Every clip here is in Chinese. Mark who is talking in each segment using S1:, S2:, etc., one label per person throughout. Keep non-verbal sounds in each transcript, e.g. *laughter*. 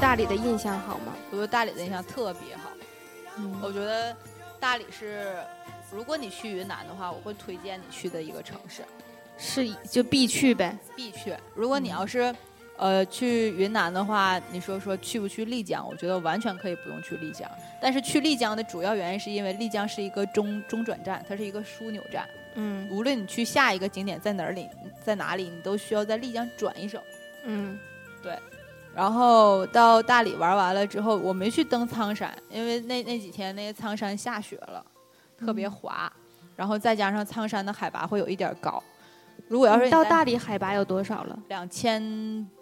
S1: 大理的印象好吗？
S2: 我对大理的印象特别好。我觉得大理是，如果你去云南的话，我会推荐你去的一个城市，
S1: 是就必去呗。
S2: 必去。如果你要是、呃去云南的话，你说说去不去丽江？我觉得完全可以不用去丽江。但是去丽江的主要原因是因为丽江是一个中中转站，它是一个枢纽站。
S1: 嗯
S2: 无论你去下一个景点在哪里，在哪里，你都需要在丽江转一手。
S1: 嗯
S2: 然后到大理玩完了之后，我没去登苍山，因为那那几天那个苍山下雪了，特别
S1: 嗯
S2: 滑，然后再加上苍山的海拔会有一点儿高。如果要
S1: 嗯
S2: 是
S1: 你到大理海拔有多少了？
S2: 两千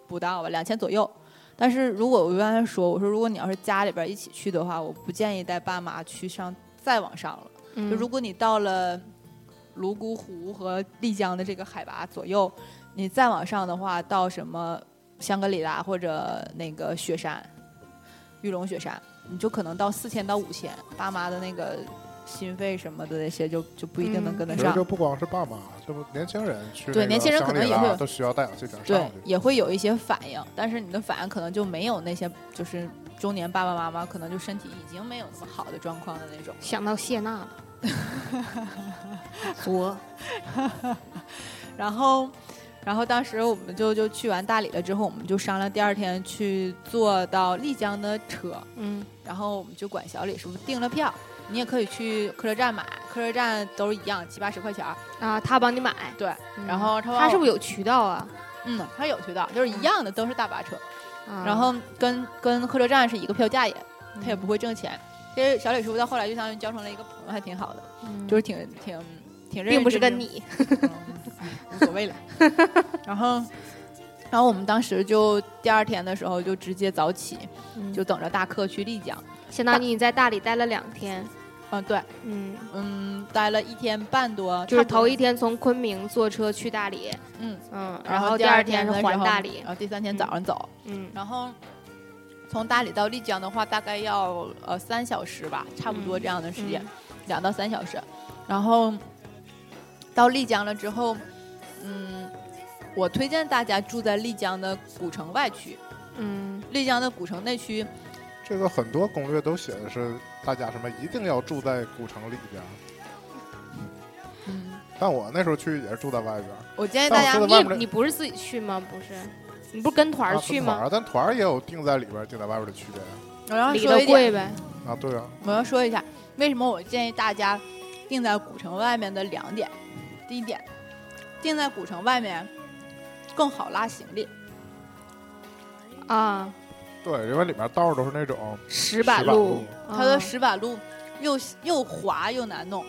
S2: 不到吧，两千左右。但是如果我刚才说，我说如果你要是家里边一起去的话，我不建议带爸妈去上再往上了。就如果你到了泸沽湖和丽江的这个海拔左右，你再往上的话，到什么香格里拉或者那个雪山、玉龙雪山，你就可能到四千到五千，爸妈的那个心肺什么的那些就就不一定能
S1: 嗯
S2: 跟得
S3: 我觉得
S2: 上。
S3: 就不光是爸妈，就是年轻人去
S2: 对
S3: 那个
S2: 年轻人可能也
S3: 香格里
S2: 会
S3: 拉
S2: 有
S3: 都需要带氧气瓶
S2: 对
S3: 上，去。
S2: 也会有一些反应，但是你的反应可能就没有那些就是中年爸爸妈妈可能就身体已经没有那么好的状况的那种。
S1: 想到谢娜了，作
S2: 然后，然后当时我们就就去完大理了之后，我们就商量第二天去坐到丽江的车，
S1: 嗯
S2: 然后我们就管小李师傅订了票。你也可以去客车站买，客车站都是一样，七八十块钱儿。
S1: 啊，他帮你买，
S2: 对，
S1: 嗯
S2: 然后他
S1: 他是不
S2: 是
S1: 是有渠道啊？
S2: 嗯，他有渠道，就是一样的，都是大巴车，
S1: 啊嗯
S2: 然后跟跟客车站是一个票价也，他也不
S1: 会，
S2: 会挣钱。其实小李师傅到后来就相当于交成了一个朋友，还挺好的，
S1: 嗯
S2: 就是挺挺挺认
S1: 并不是
S2: 真
S1: 跟你，
S2: 嗯哎无
S1: *laughs*
S2: 所谓了。然后，然后我们当时就第二天的时候就直接早起，就
S1: 就
S2: 等着大客去丽江。
S1: 相当于嗯你在大理待了两天，
S2: 嗯，对，
S1: 嗯，
S2: 嗯，待了一天半多，
S1: 就是
S2: 差不多
S1: 头一，天从昆明坐车去大理，
S2: 嗯，
S1: 嗯，
S2: 然
S1: 后
S2: 第
S1: 第二
S2: 天
S1: 是
S2: 的时
S1: 环
S2: 候
S1: 大理
S2: 然，后第三天早上走，
S1: 嗯
S2: 然后。从大理到丽江的话，大概要呃三小时吧，差不
S1: 嗯
S2: 多这样的时间，两、到三小时。然后到丽江了之后，嗯，我推荐大家住在丽江的古城外区，
S1: 嗯，
S2: 丽江的古城内区，
S3: 这个很多攻略都写的是大家什么一定要住在古城里边儿，
S2: 嗯，
S3: 但我那时候去也是住在外边儿，
S2: 我建议大
S3: 但
S2: 家
S3: 我住在外
S1: 你
S3: 面
S1: 你不是自己去吗？不是，你不是跟团儿
S3: 啊跟
S1: 去
S3: 团
S1: 吗？
S3: 儿，但团儿也有定在里边儿、定在外边儿的区别
S2: 我要
S1: 离
S2: 说
S1: 得
S2: 一点，
S1: 贵呗，
S3: 啊。对啊，
S2: 我要说一下为什么我建议大家定在古城外面的两点。第一点，定在古城外面更好拉行李，
S1: 啊，
S3: 对，因为里面道儿都是那
S2: 啊
S3: 种
S1: 石
S3: 板
S1: 板路
S3: 路，
S2: 它的
S1: 啊
S2: 石板路又又滑又难弄。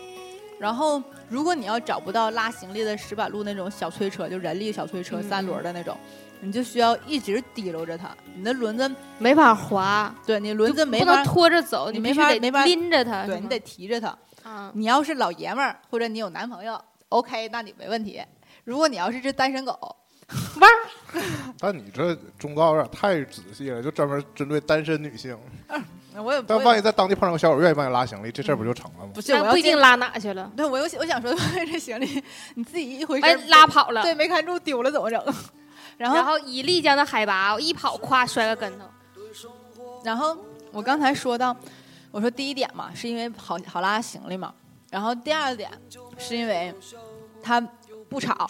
S2: 然后，如果你要找不到拉行李的石板路那种小推车，就人力小推车
S1: 嗯
S2: 三轮儿的那种，你就需要一直提溜着它，你的轮子，
S1: 没法滑，
S2: 对你轮子没
S1: 不
S2: 法
S1: 能，拖着走，
S2: 你
S1: 你
S2: 没
S1: 必须
S2: 法
S1: 得
S2: 没法
S1: 拎着它，
S2: 对
S1: 是
S2: 你
S1: 吗
S2: 得提着它。
S1: 啊，
S2: 你要是老爷们儿或者你有男朋友，OK，那你没问题。如果你要是只单身狗，
S3: 但你这忠告有点太仔细了，就专门针对单身女性。
S2: 我也嗯不
S3: 但万一在当地碰上个小伙愿意帮你拉行李，这事儿不就成了吗？
S2: 不是我
S1: 但
S2: 要
S1: 不一定
S2: 建议。
S1: 拉哪去了，
S2: 对，我有我想说 *laughs* 的话，这行李你自己一回身
S1: 哎
S2: 儿，
S1: 拉跑了。
S2: 对没看住丢了怎么整？ *laughs* 然
S1: 然
S2: 后
S1: 后以丽江的海拔，我一跑，咵摔个跟头。
S2: 然后我刚才说到，我说第一点嘛，是因为好好拉行李嘛，然后第二点是因为它不吵，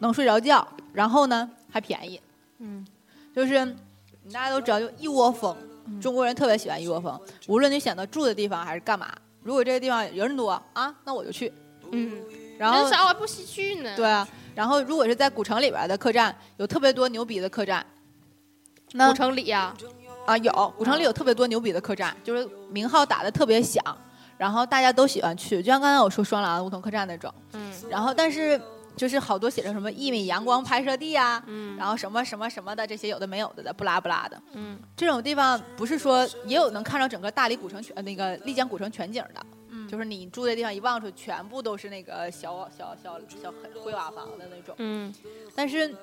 S2: 能睡着觉，然后呢还便宜。
S1: 嗯，
S2: 就是大家都知道，就一窝蜂，
S1: 嗯
S2: 中国人特别喜欢一窝蜂。无论你选择住的地方还是干嘛，如果这个地方人多啊，那我就去。
S1: 嗯，
S2: 然后
S1: 人少还不稀去呢。
S2: 对，啊，然后如果是在古城里边的客栈，有特别多牛逼的客栈。那
S1: 古城里呀、
S2: 啊，有古
S1: 嗯
S2: 城里有特别多牛逼的客栈，就是名号打的特别响，然后大家都喜欢去，就像刚才我说双廊梧桐客栈那种。
S1: 嗯
S2: 然后但是就是好多写着什么一米阳光拍摄地啊，
S1: 嗯，
S2: 然后什么什么什么的这些有的没有的的不拉不拉的。
S1: 嗯
S2: 这种地方不是说也有能看到整个大理古城全呃那个丽江古城全景的，
S1: 嗯
S2: 就是你住的地方一望出去，全部都是那个小小小小黑灰瓦房的那种。
S1: 嗯
S2: 但是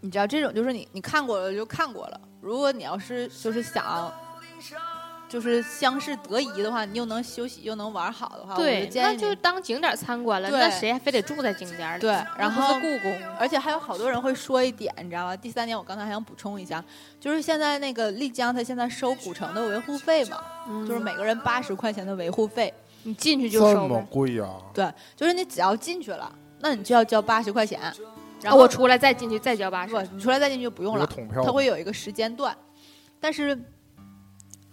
S2: 你知道这种就是你你看过了就看过了，如果你要是就是想就是相视得宜的话，你又能休息又能玩好的话，我
S1: 嗯对，
S2: 就建
S1: 那
S2: 议
S1: 就
S2: 你。
S1: 当景点参观了，
S2: 对
S1: 那谁还非得住在景点里？
S2: 对，然后
S1: 那不是故宫，
S2: 而且还有好多人会说一点，你知道吧？第三点，我刚才还想补充一下，就是现在那个丽江，它现在收古城的维护费嘛，就是每个人八十块钱的维护费。
S1: 你进去就
S3: 这
S1: 收
S3: 么
S1: 呗。
S3: 贵呀、
S2: 对，就是你只要进去了，那你就要交八十块钱。然
S1: 啊
S2: 后
S1: 我出来再进去再交八十
S2: 不，，你出来再进去就不用
S3: 有个
S2: 了，
S3: 桶票
S2: 它会有一个时间段。但是，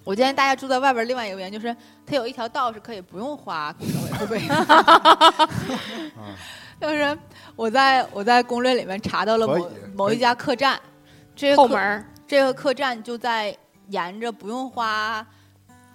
S2: 我建议大家住在外边儿，另外一个原因就是它有一条道是可以不用花古城维护费的。
S3: *laughs* 啊，
S2: *laughs* 就是我在我在攻略里面查到了
S3: 可
S2: 某
S3: 以
S2: 某
S3: 可
S2: 一
S3: 以
S2: 家客栈，这个
S1: 后
S2: 客
S1: 门儿
S2: 这个客栈就在沿着不用花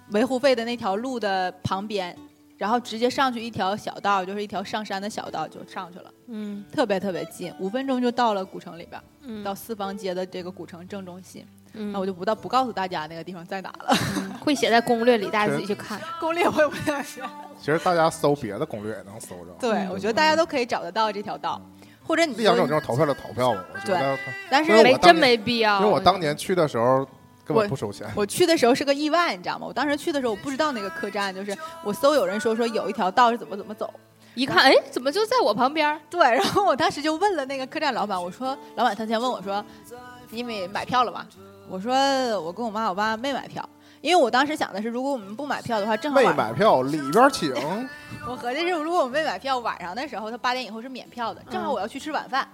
S2: 维护费的那条路的旁边，然后直接上去一条小道，就是一条上山的小道就上去了，
S1: 嗯
S2: 特别特别近，五分钟就到了古城里边儿，
S1: 嗯，
S2: 到四方街的这个古城正中心。
S1: 嗯
S2: 那我就不到不告诉大家那个地方在哪了，
S1: 嗯会写在攻略里，大家自己去看。
S2: 攻略我也不想写。
S3: 其实大家搜别的攻略也能搜着。
S2: 对，我觉得大家都可以找得到这条道，或
S3: *laughs*
S2: 者你
S3: 丽江这种
S2: 就
S3: 地方逃票的逃票吧，我觉得，
S2: 但是
S3: 因为我
S1: 没
S3: 当
S1: 真
S3: 年
S1: 没必要，
S3: 因为我当年去的时候根
S2: 我
S3: 本不收钱，
S2: 我去的时候是个意外，你知道吗？我当时去的时候我不知道那个客栈，就是我搜有人说说有一条道是怎么怎么走，
S1: 一看，哎，怎么就在我旁边儿？
S2: 对，然后我当时就问了那个客栈老板，我说老板他先问我说，你们买票了吗？我说我跟我妈我爸没买票，因为我当时想的是，如果我们不买票的话，正好
S3: 没
S2: 晚
S3: 买票里边请，
S2: 我合计是如果我没买票，晚上的时候他八点以后是免票的，
S1: 嗯
S2: 正好我要去吃晚饭，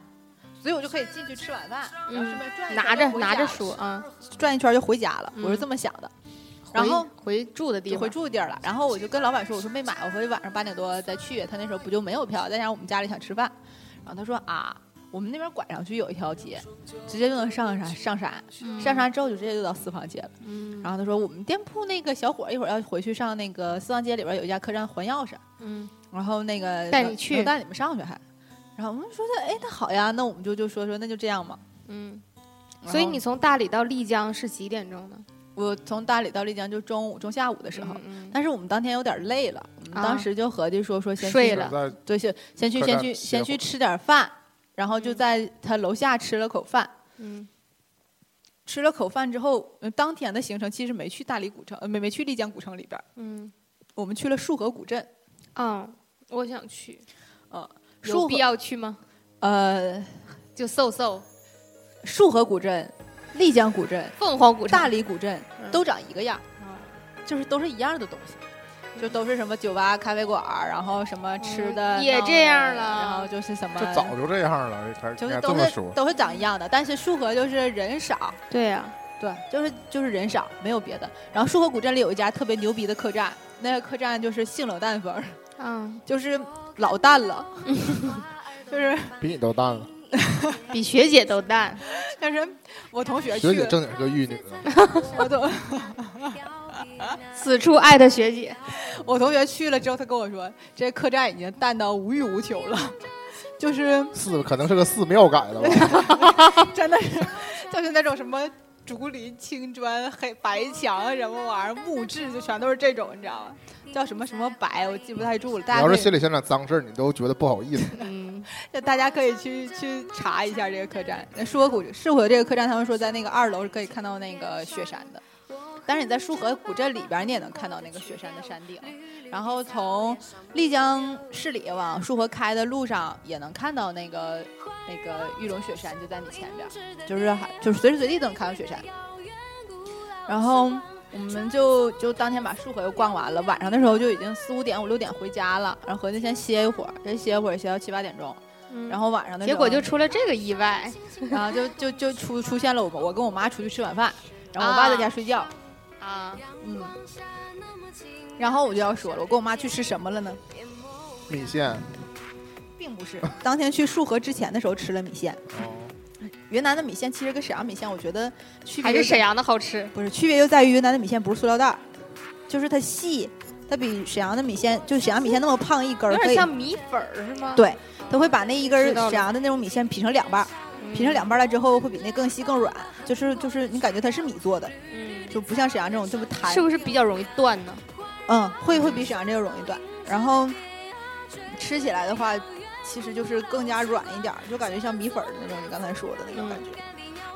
S2: 所以我就可以进去吃晚饭，然后顺便转一圈
S1: 拿
S2: 就
S1: 着
S2: 回
S1: 拿
S2: 家
S1: 着
S2: 了
S1: 说啊，
S2: 转一圈就回家了，我是
S1: 嗯
S2: 这么想的，
S1: 回
S2: 然后
S1: 回住的地
S2: 就
S1: 方，
S2: 回住地儿了。然后我就跟老板说，我说没买，我回去晚上八点多再去。他那时候不就没有票，再加上我们家里想吃饭，然后他说啊，我们那边拐上去有一条街，直接就能上山上山，上山之后就直接就到四方街了。
S1: 嗯
S2: 然后他说我们店铺那个小伙儿一会儿要回去上那个四方街里边有一家客栈还钥匙，
S1: 嗯
S2: 然后那个
S1: 带
S2: 能
S1: 你去
S2: 能带你们上去还。然后我们说的，哎，那好呀，那我们就就说说，那就这样嘛。
S1: 嗯。
S2: 然
S1: 所以
S2: 后
S1: 你从大理到丽江是几点钟呢？
S2: 我从大理到丽江就中午中下午的时候，
S1: 嗯
S2: 但是我们当天有点累了，我们
S1: 啊
S2: 当时就合计说说先
S1: 睡
S2: 去
S1: 了
S3: 在
S2: 对，先先去
S3: 客
S2: 先
S3: 栈
S2: 去
S3: 歇
S2: 先
S3: 会
S2: 去
S3: 儿
S2: 吃点饭，然后就
S1: 嗯
S2: 在他楼下吃了口饭。
S1: 嗯
S2: 吃了口饭之后，呃当天的行程其实没去大理古城，呃没没去丽江古城里边儿，
S1: 嗯
S2: 我们去了束河古镇。
S1: 啊，我想去，有
S2: 束
S1: 必
S2: 河
S1: 要去吗？
S2: 呃，
S1: 就搜搜
S2: 束河古镇、丽江古镇、
S1: 凤凰古
S2: 大
S1: 镇，
S2: 理古镇
S1: 嗯
S2: 都长一个样儿，
S1: 啊
S2: 就是都是一样的东西。就都是什么酒吧、咖啡馆儿，然后什么吃
S1: 嗯
S2: 的
S1: 也
S2: 闹
S1: 这样
S2: 的然
S1: 了
S2: 后就是什么，
S3: 这早就这样了，还
S2: 就
S3: 应
S2: 是
S3: 该
S2: 都
S3: 这么
S2: 是
S3: 说。
S2: 都是长一样的，但是束河就是人少，
S1: 对呀，
S2: 对，就是就是人少，没有别的。然后束河古镇里有一家特别牛逼的客栈，那个客栈就是性冷淡风儿，
S1: 嗯，
S2: 就是老
S1: *laughs*
S2: 淡了，就是
S3: 比你都淡了，
S1: 比学姐都淡，
S2: 但是我同学
S3: 学
S2: 去
S3: 姐
S2: 的，
S3: 正经是个玉女呢，
S2: *laughs* 我同
S1: 此处爱的学姐，
S2: 我同学去了之后，他跟我说，这客栈已经淡到无欲无求了，就是
S3: 寺可能是个寺庙改的吧，
S2: 真的是就是那种什么。竹林青砖、黑白墙什么玩意儿，木质就全都是这种，你知道吗？叫什么什么白，我记不太住了。
S3: 你
S2: 大家
S3: 要
S2: 可
S3: 是
S2: 以
S3: 心里想点脏事儿，你都觉得不好意思。
S1: 嗯
S2: 那大家可以去去查一下这个客栈。那束河古束河这个客栈，他们说在那个二楼是可以看到那个雪山的，但是你在束河古镇里边儿，你也能看到那个雪山的山顶。然后从丽江市里往束河开的路上，也能看到那个那个玉龙雪山就在你前边儿，就是还就是随时随地都能看到雪山。然后我们就就当天把束河又逛完了，晚上的时候就已经四五点五六点回家了，然后合计先歇一会儿，先歇一会儿歇到七八点钟。
S1: 嗯，
S2: 然后晚上的时
S1: 结
S2: 候
S1: 果就出了这个意外，
S2: 然后就就就出出现了我们我跟我妈出去吃晚饭，然后我爸在家睡觉，
S1: 啊，
S2: 嗯，然后我就要说了，我跟我妈去吃什么了呢？
S3: 米线，
S2: 并不是当天去束河之前的时候吃了米线，
S3: 哦，
S2: 云南的米线其实跟沈阳米线我觉得区别
S1: 还
S2: 就是在
S1: 沈阳的好吃，
S2: 不是区别就在于云南的米线不是塑料袋儿，就是它细，它比沈阳的米线就沈阳米线那么胖一根
S1: 有
S2: 儿，可
S1: 点
S2: 以
S1: 像米粉儿是吗？
S2: 对，它会把那一根儿
S1: 知道了
S2: 沈阳的那种米线劈成两半儿，
S1: 嗯，
S2: 劈成两半儿了之后会比那更细更软，就是就是你感觉它是米做的，
S1: 嗯，
S2: 就不像沈阳这种这么弹
S1: 是不是比较容易断呢？
S2: 嗯，会会比沈阳这个容易断。然后吃起来的话，其实就是更加软一点儿，就感觉像米粉儿的那种，你刚才说的那种感觉。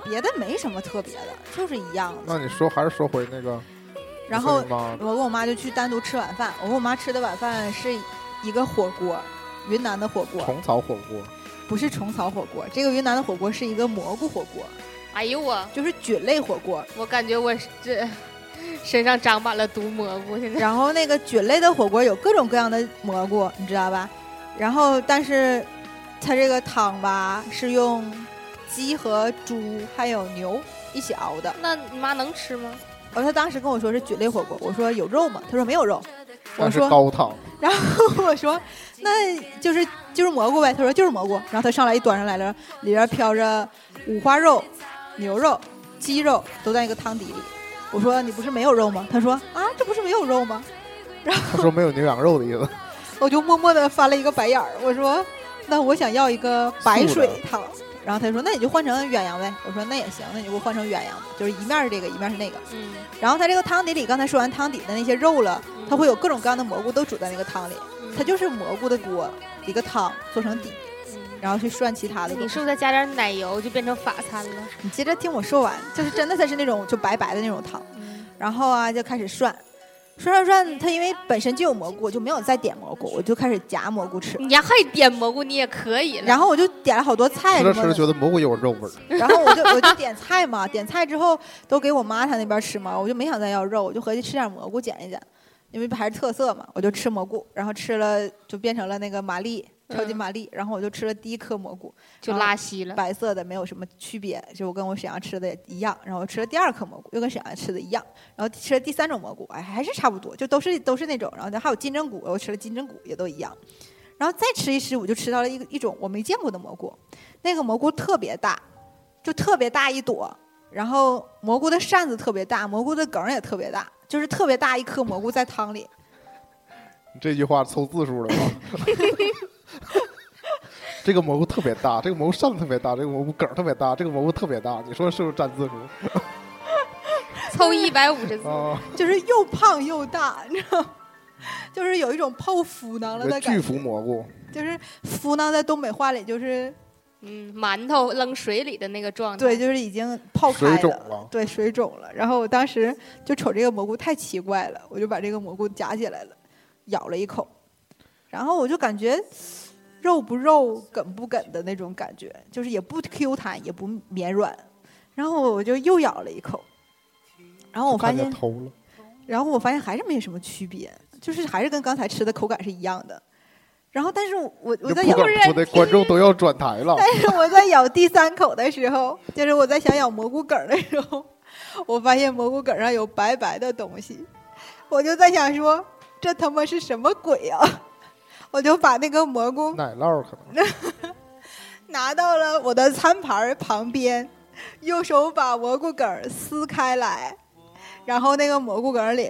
S2: 别的没什么特别的，就是一样的。
S3: 那你说还是说回那个
S2: 然后
S3: 你妈
S2: 我跟我妈就去单独吃晚饭。我跟我妈吃的晚饭是一个火锅，云南的火锅，
S3: 虫草火锅，
S2: 不是虫草火锅。这个云南的火锅是一个蘑菇火锅，
S1: 哎呦我，
S2: 就是菌类火锅。
S1: 我感觉我这 *laughs* 身上长满了毒蘑菇，现在
S2: 然后那个菌类的火锅有各种各样的蘑菇，你知道吧？然后但是它这个汤吧是用鸡和猪还有牛一起熬的。
S1: *laughs* 那你妈能吃吗？
S2: 然后他当时跟我说是菌类火锅，我说有肉吗？他说没有肉。我
S3: 但是
S2: 说
S3: 高汤，
S2: 然后 *laughs* 我说，那就是就是蘑菇呗。他说就是蘑菇。然后他上来一端上来了，里边飘着五花肉、牛肉、鸡肉都在一个汤底里。我说你不是没有肉吗？他说啊，这不是没有肉吗？
S3: 他说没有牛羊肉的意
S2: *laughs*
S3: 思，
S2: 我就默默的翻了一个白眼儿。我说那我想要一个白水汤。然后他说那你就换成远洋呗。我说那也行，那你就给我换成远洋吧，就是一面儿是这个，一面儿是那个。
S1: 嗯，
S2: 然后它这个汤底里，刚才说完汤底的那些肉了，它会
S1: 有，
S2: 有各种各样的蘑菇都煮在那个汤里。它就是蘑菇的锅，一个汤做成底，
S1: 嗯。
S2: 然后去涮其他的东
S1: 你
S2: 西。
S1: 是不是再加点奶油就变成法餐了？
S2: 你接着听我说完，就是真的它是那种就白白的那种汤，然后啊就开始涮，涮涮涮，它因为本身就有蘑菇，我就没有再点蘑菇，我就开始夹蘑菇吃。
S1: 你呀，还点蘑菇，你也可以了。
S2: 然后我就点了好多菜什
S3: 吃着吃
S2: 么的，
S3: 着觉得蘑菇有肉味儿，
S2: 然后我就我就点菜嘛，点菜之后都给我妈她那边吃嘛，我就没想再要肉，我就合计吃点蘑菇捡一捡，因为还是特色嘛，我就吃蘑菇，然后吃了就变成了那个玛丽，超级
S1: 嗯
S2: 玛丽，然后我就吃了第一颗蘑菇，
S1: 就拉稀了。
S2: 白色的没有什么区别，就我跟我沈阳吃的也一样。然后我吃了第二颗蘑菇，又跟沈阳吃的一样。然后吃了第三种蘑菇，哎，还是差不多，就都是都是那种。然后还有金针菇，我吃了金针菇也都一样。然后再吃一吃，我就吃到了一个一种我没见过的蘑菇，那个蘑菇特别大，就特别大一朵。然后蘑菇的扇子特别大，蘑菇的梗儿也特别大，就是特别大一颗蘑菇在汤里。
S3: 你这句话凑字数了吧？ *laughs* 这个蘑菇特别大，这个蘑菇上特别大，这个蘑菇梗儿特别大，这个蘑菇特别大，你说是不是占字数
S1: 凑一百五十
S2: 哦
S1: 字，
S3: 啊？
S2: 就是又胖又大，你知道吗， *laughs* 就是有一种泡芙囊了的感
S3: 巨
S2: 觉。
S3: 幅蘑菇，
S2: 就是麸呢，在东北话里就是
S1: 嗯，馒头扔水里的那个状态。
S2: 对，，就是已经泡开
S3: 水肿
S2: 了，
S3: 了，
S2: 对，水肿了。然后我当时就瞅这个蘑菇太奇怪了，我就把这个蘑菇夹起来了，咬了一口，然后我就感觉肉不肉、梗不梗的那种感觉，就是也不 Q 弹，也不绵软。然后我就又咬了一口，然后我发
S3: 看见
S2: 现，
S3: 头了。
S2: 然后我发现还是没有什么区别，就是还是跟刚才吃的口感是一样的。然后，但是我我
S3: 这
S2: 在
S3: 不
S2: 咬
S1: 有
S3: 梗
S1: 人
S3: 不对，观众都要转台了。
S2: 但是我在咬第三口的时候，就是我在想咬蘑菇梗儿的时候， *laughs* 我发现蘑菇梗儿上有白白的东西，我就在想说，这他妈是什么鬼呀、 *laughs* 我就把那个蘑菇
S3: 奶酪可能
S2: 拿到了我的餐盘儿旁边，右手把蘑菇梗儿撕开来，然后那个蘑菇梗儿里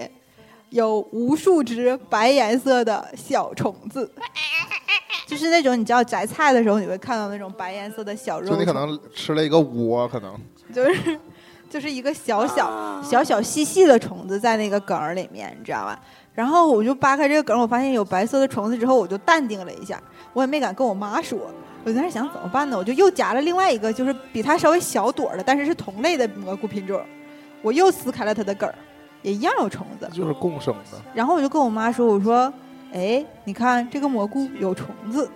S2: 有无数只白颜色的小虫子，就是那种你知道摘菜的时候你会看到那种白颜色的小肉
S3: 就
S2: 虫，
S3: 你可能吃了一个窝，
S2: *laughs*
S3: 可能
S2: 就是就是一个小
S3: 啊
S2: 小小小细细的虫子在那个梗儿里面，你知道吧？然后我就扒开这个梗儿，我发现有白色的虫子之后，我就淡定了一下，我也没敢跟我妈说。我在那想怎么办呢？我就又夹了另外一个，就是比它稍微小朵儿的，但是是同类的蘑菇品种，我又撕开了它的梗儿，也一样有虫子。
S3: 就是共生的。
S2: 然后我就跟我妈说：“我说，哎，你看这个蘑菇有虫子，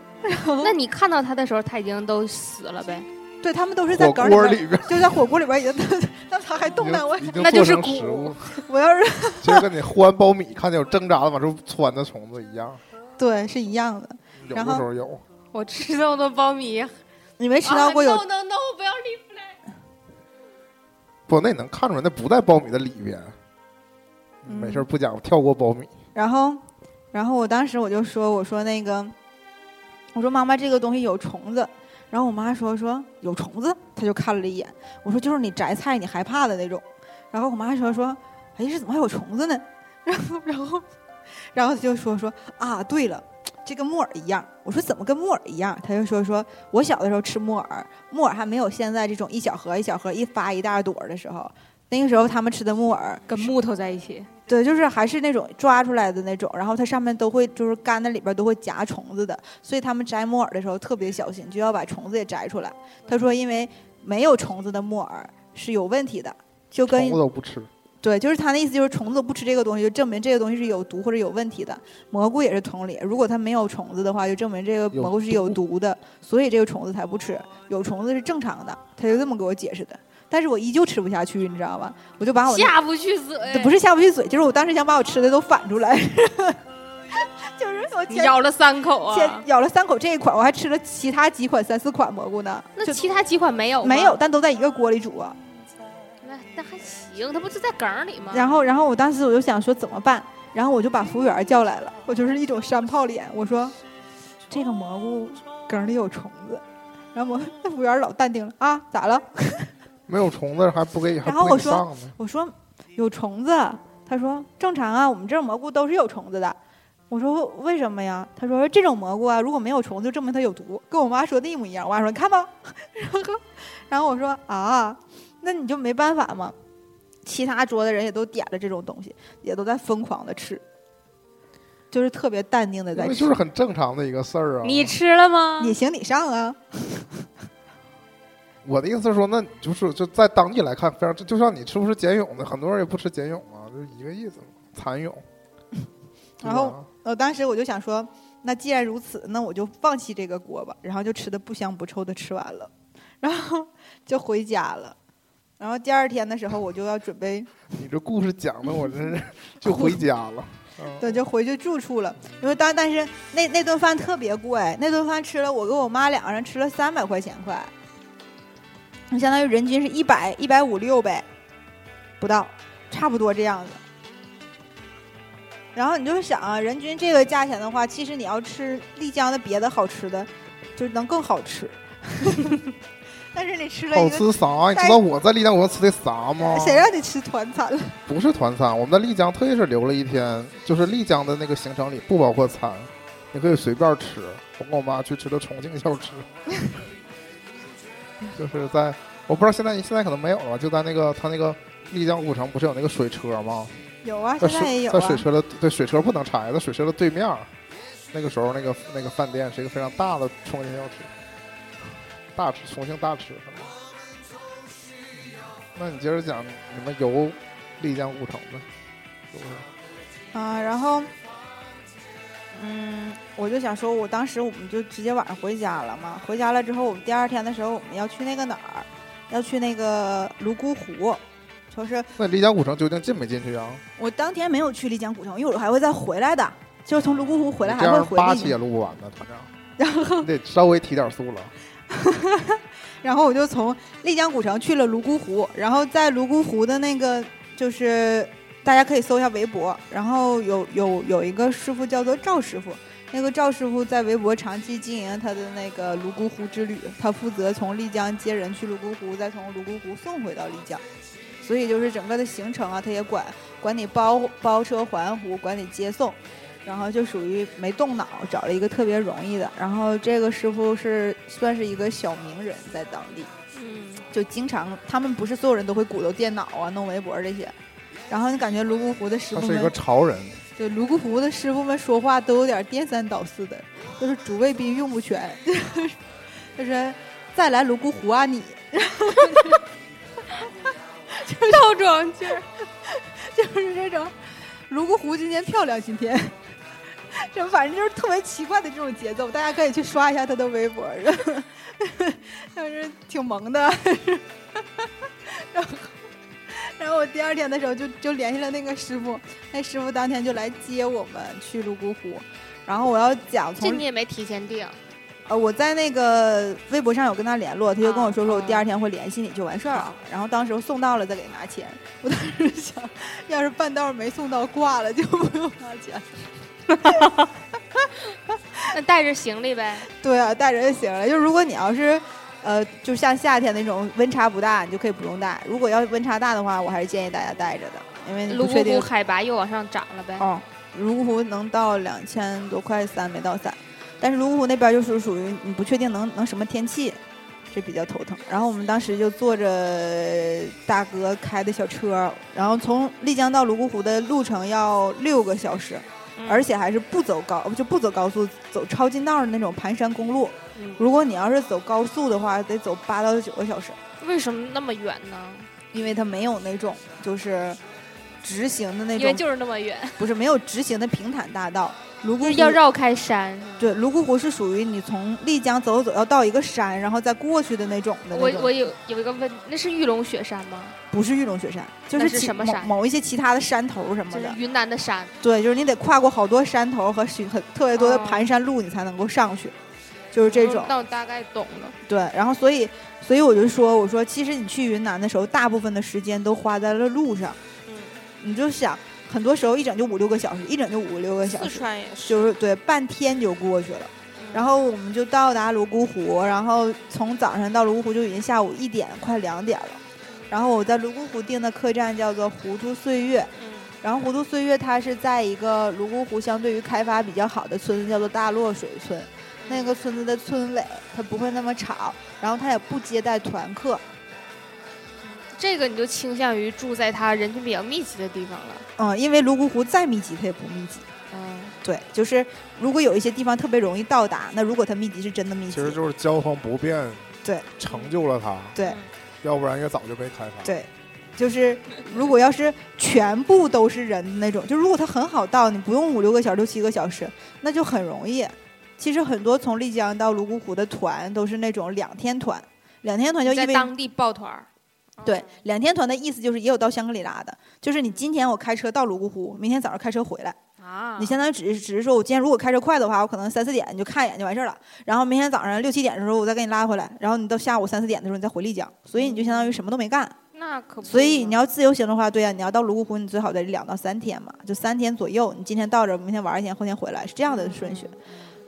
S1: 那你看到它的时候，它已经都死了呗？
S2: 对，它们都是在
S3: 火
S2: 梗儿里边
S3: 锅
S2: 儿，
S3: 里
S2: *laughs*
S3: 边
S2: 就在火锅里边儿已经， *laughs* 那它还动弹我
S3: 已，经已经
S1: 那就
S3: 做
S1: 是
S3: 成
S1: 骨
S3: 食物，
S2: 我要是
S3: 就跟你烀完苞米看见有挣扎的往出窜的虫子一样。
S2: 对，是一样的。
S3: 有的
S2: 然后
S3: 时候有，
S1: 我吃到的苞米，
S2: 啊
S1: *laughs*
S2: 你没吃到过有、
S1: 啊、？No No No！不要理
S3: 不，那你能看出来，那不在苞米的里边。
S2: 嗯
S3: 没事儿，不讲，跳过苞米。
S2: 然后，然后我当时我就说，我说那个，我说妈妈这个东西有虫子。然后我妈说说有虫子，她就看了一眼。我说就是你摘菜你害怕的那种。然后我妈说说，哎，这怎么还有虫子呢？ *laughs* 然后然后然后她就说说啊，对了。这跟木耳一样，我说怎么跟木耳一样？她就说说，我小的时候吃木耳，木耳还没有现在这种一小盒一小盒一发一大朵儿的时候，那个时候他们吃的木耳
S1: 跟木头在一起，
S2: 对，就是还是那种抓出来的那种，然后它上面都会就是干的里边都会夹虫子的，所以他们摘木耳的时候特别小心，就要把虫子也摘出来。他说，因为没有虫子的木耳是有问题的，就
S3: 虫
S2: 跟
S3: 子都不吃，
S2: 对，就是他的意思，就是虫子不吃这个东西，就证明这个东西是有毒或者有问题的。蘑菇也是同理，如果它没有虫子的话，就证明这个蘑菇是有毒的，所以这个虫子才不吃。有虫子是正常的，他就这么给我解释的。但是我依旧吃不下去，你知道吧？我就把我
S1: 下不去嘴，
S2: 不是下不去嘴，就是我当时想把我吃的都反出来， *laughs* 就是我
S1: 咬了三口啊，
S2: 先咬了三口这一款，我还吃了其他几款三四款蘑菇呢。
S1: 那其他几款没有？啊
S2: 没有，但都在一个锅里煮啊。
S1: 那还行，它不是在梗里吗？
S2: 然后，然后我当时我就想说怎么办，然后我就把服务员叫来了，我就是一种山炮脸，我说这个蘑菇梗里有虫子，然后我 *laughs* 那服务员老淡定了啊，咋了？
S3: 没有虫子还不给，
S2: 然后我
S3: 说
S2: 我说有虫子，他说正常啊，我们这蘑菇都是有虫子的。我说为什么呀？他说这种蘑菇啊，如果没有虫子，就证明它有毒，跟我妈说的一模一样。我妈说你看吧， *laughs* 然后然后我说啊。那你就没办法嘛，其他桌的人也都点了这种东西，也都在疯狂的吃，就是特别淡定的在吃，
S3: 就是很正常的一个事儿啊。
S1: 你吃了吗？
S2: 你行你上啊。
S3: 我的意思是说，那就是就在当地来看，非常就像你吃不吃茧蛹的，很多人也不吃茧蛹啊，就一个意思，蚕蛹。
S2: *laughs* 然后我呃当时我就想说，那既然如此，那我就放弃这个锅吧，然后就吃的不香不臭的吃完了，然后 *laughs* 就回家了。然后第二天的时候，我就要准备。
S3: 你这故事讲的我真是就回家了，
S2: *laughs*
S3: 嗯
S2: 对，就回去住处了。因为当但是那那顿饭特别贵，那顿饭吃了我跟我妈两个人吃了三百块钱快，那相当于人均是一百一百五六呗，不到，差不多这样子。然后你就想啊，人均这个价钱的话，其实你要吃丽江的别的好吃的，就能更好吃。 *laughs* 但是你吃了
S3: 好哦吃啥？你知道我在丽江我吃的啥吗？
S2: 谁让你吃团餐了？
S3: 不是团餐，我们在丽江特意是留了一天，就是丽江的那个行程里不包括餐，你可以随便吃。我跟我妈去吃的重庆小吃， *laughs* 就是在我不知道现在现在可能没有了，就在那个他那个丽江古城不是有那个水车吗？
S2: 有啊，
S3: 在
S2: 现在也有、
S3: 啊。在水车的对水车不能拆，在水车的对面，那个时候那个那个饭店是一个非常大的重庆小吃。大吃重庆大吃什么？那你接着讲你们游丽江古城呗，是不
S2: 是？啊，然后，嗯，我就想说，我当时我们就直接晚上回家了嘛。回家了之后，我们第二天的时候，我们要去那个哪儿？要去那个泸沽湖，就是
S3: 那丽江古城究竟进没进去啊？
S2: 我当天没有去丽江古城，因为我还会再回来的，就是从泸沽湖回来还会回。
S3: 八期也录不完呢，团长。
S2: *laughs*
S3: 然后你得稍微提点速了。
S2: 然后我就从丽江古城去了泸沽湖，然后在泸沽湖的那个就是大家可以搜一下微博，然后有有有一个师傅叫做赵师傅，那个赵师傅在微博长期经营他的那个泸沽湖之旅，他负责从丽江接人去泸沽湖，再从泸沽湖送回到丽江，所以就是整个的行程啊，他也管管你包包车环湖，管你接送。然后就属于没动脑，找了一个特别容易的。然后这个师傅是算是一个小名人，在当地，
S1: 嗯， *laughs*
S2: 就经常他们不是所有人都会鼓捣电脑啊、弄微博这些。然后你感觉泸沽湖的师傅
S3: 他是一个潮人，
S2: 对泸沽湖的师傅们说话都有点颠三倒四的，就是主谓宾用不全， *laughs* 就是再来泸沽湖啊你，
S1: 套装句，
S2: *laughs* 就是这种泸沽湖今天漂亮今天。 *laughs* 这反正就是特别奇怪的这种节奏，大家可以去刷一下他的微博， *laughs* 就是挺萌的。 *laughs* 然后，然后我第二天的时候就就联系了那个师傅，那师傅当天就来接我们去泸沽湖。然后我要讲从，
S1: 这你也没提前定。
S2: 呃，我在那个微博上有跟他联络，他就跟我说说我第二天会联系你就完事儿了。然后当时送到了再给拿钱。我当时想，要是半道没送到挂了就不用拿钱。
S1: 那带着行李呗。
S2: 对啊，带着行李。就如果你要是，呃，就像夏天那种温差不大，你就可以不用带。如果要温差大的话，我还是建议大家带着的，因为
S1: 泸沽湖海拔又往上涨了呗。
S2: 哦，泸沽湖能到两千多块三，没到三。但是泸沽湖那边就是属于你不确定能能什么天气，这比较头疼。然后我们当时就坐着大哥开的小车，然后从丽江到泸沽湖的路程要六个小时。
S1: 嗯
S2: 而且还是不走高，就不走高速，走抄近道的那种盘山公路。
S1: 嗯、
S2: 如果你要是走高速的话，得走八到九个小时。
S1: 为什么那么远呢？
S2: 因为它没有那种就是直行的那
S1: 因为
S2: 种，
S1: 就是那么远，
S2: 不是没有直行的平坦大道。泸
S1: 就
S2: 沽
S1: 是 *laughs*
S2: 湖
S1: 要绕开山。
S2: 对，泸沽湖是属于你从丽江走走要到一个山，然后再过去的那种的
S1: 我
S2: 那种。
S1: 我有有一个问，那是玉龙雪山吗？
S2: 不是玉龙雪山，就
S1: 那是
S2: 其
S1: 什么
S2: 某
S1: 山
S2: 某一些其他的山头什么
S1: 就是
S2: 的。
S1: 云南的山，
S2: 对，就是你得跨过好多山头和许很特别多的
S1: 哦
S2: 盘山路，你才能够上去，就是这种。
S1: 嗯那我大概懂了。
S2: 对，然后所以所以我就说，我说其实你去云南的时候，大部分的时间都花在了路上，
S1: 嗯，
S2: 你就想很多时候一整就五六个小时，一整就五六个小
S1: 四
S2: 时，
S1: 川也是。嗯
S2: 就是对半天就过去了。然后我们就到达泸沽湖，然后从早上到泸沽湖就已经下午一点快两点了。然后我在泸沽湖订的客栈叫做糊涂岁月，
S1: 嗯
S2: 然后糊涂岁月它是在一个泸沽湖相对于开发比较好的村子叫做大洛水村，那个村子的村委它不会那么吵，然后它也不接待团客，
S1: 这个你就倾向于住在它人群比较密集的地方了。
S2: 嗯，因为泸沽湖再密集它也不密集。
S1: 嗯，
S2: 对，就是如果有一些地方特别容易到达，那如果它密集是真的密
S3: 其
S2: 集，
S3: 实就是交通不便，
S2: 对，
S3: 成就了它，
S2: 对。
S1: 嗯
S3: 要不然也早就被开发。，
S2: 对，就是如果要是全部都是人的那种，就如果它很好到，你不用五六个小时、六七个小时，那就很容易。其实很多从丽江到泸沽湖的团都是那种两天团，两天团就
S1: 你
S2: 意
S1: 在
S2: 味
S1: 当地抱团儿。
S2: 对两天团的意思就是也有到香格里拉的，就是你今天我开车到泸沽湖，明天早上开车回来。
S1: 啊，
S2: 你相当于只是只是说，我今天如果开车快的话，我可能三四点你就看一眼就完事儿了。然后明天早上六七点的时候，我再给你拉回来，然后你到下午三四点的时候你再回丽江，所以你就相当于什么都没干。
S1: 那可不嘛，
S2: 所以你要自由行的话，对呀、你要到泸沽湖，你最好得两到三天嘛，就三天左右。你今天到这儿，明天玩一天，后天回来，是这样的顺序。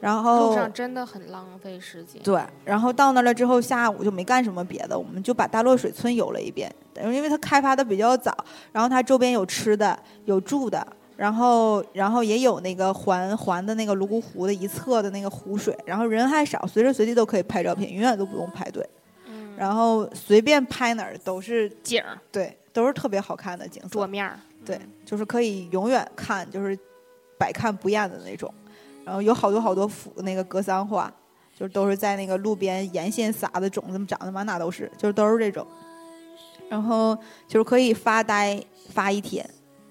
S2: 然
S1: 嗯路
S2: 后
S1: 上真的很浪费时间。
S2: 对，然后到那儿了之后，下午就没干什么别的，我们就把大洛水村游了一遍，因为它开发的比较早，然后它周边有吃的，有住的。然后，然后也有那个环环的那个泸沽湖的一侧的那个湖水，然后人还少，随时随地都可以拍照片，永远都不用排队，
S1: 嗯，
S2: 然后随便拍哪儿都是
S1: 景儿
S2: 对，都是特别好看的景色。
S1: 桌面儿，
S2: 对
S1: 嗯，
S2: 就是可以永远看，就是百看不厌的那种。然后有好多好多幅那个格桑花，就是都是在那个路边沿线撒的种子，长得满哪都是，就是都是这种。然后就是可以发呆发一天。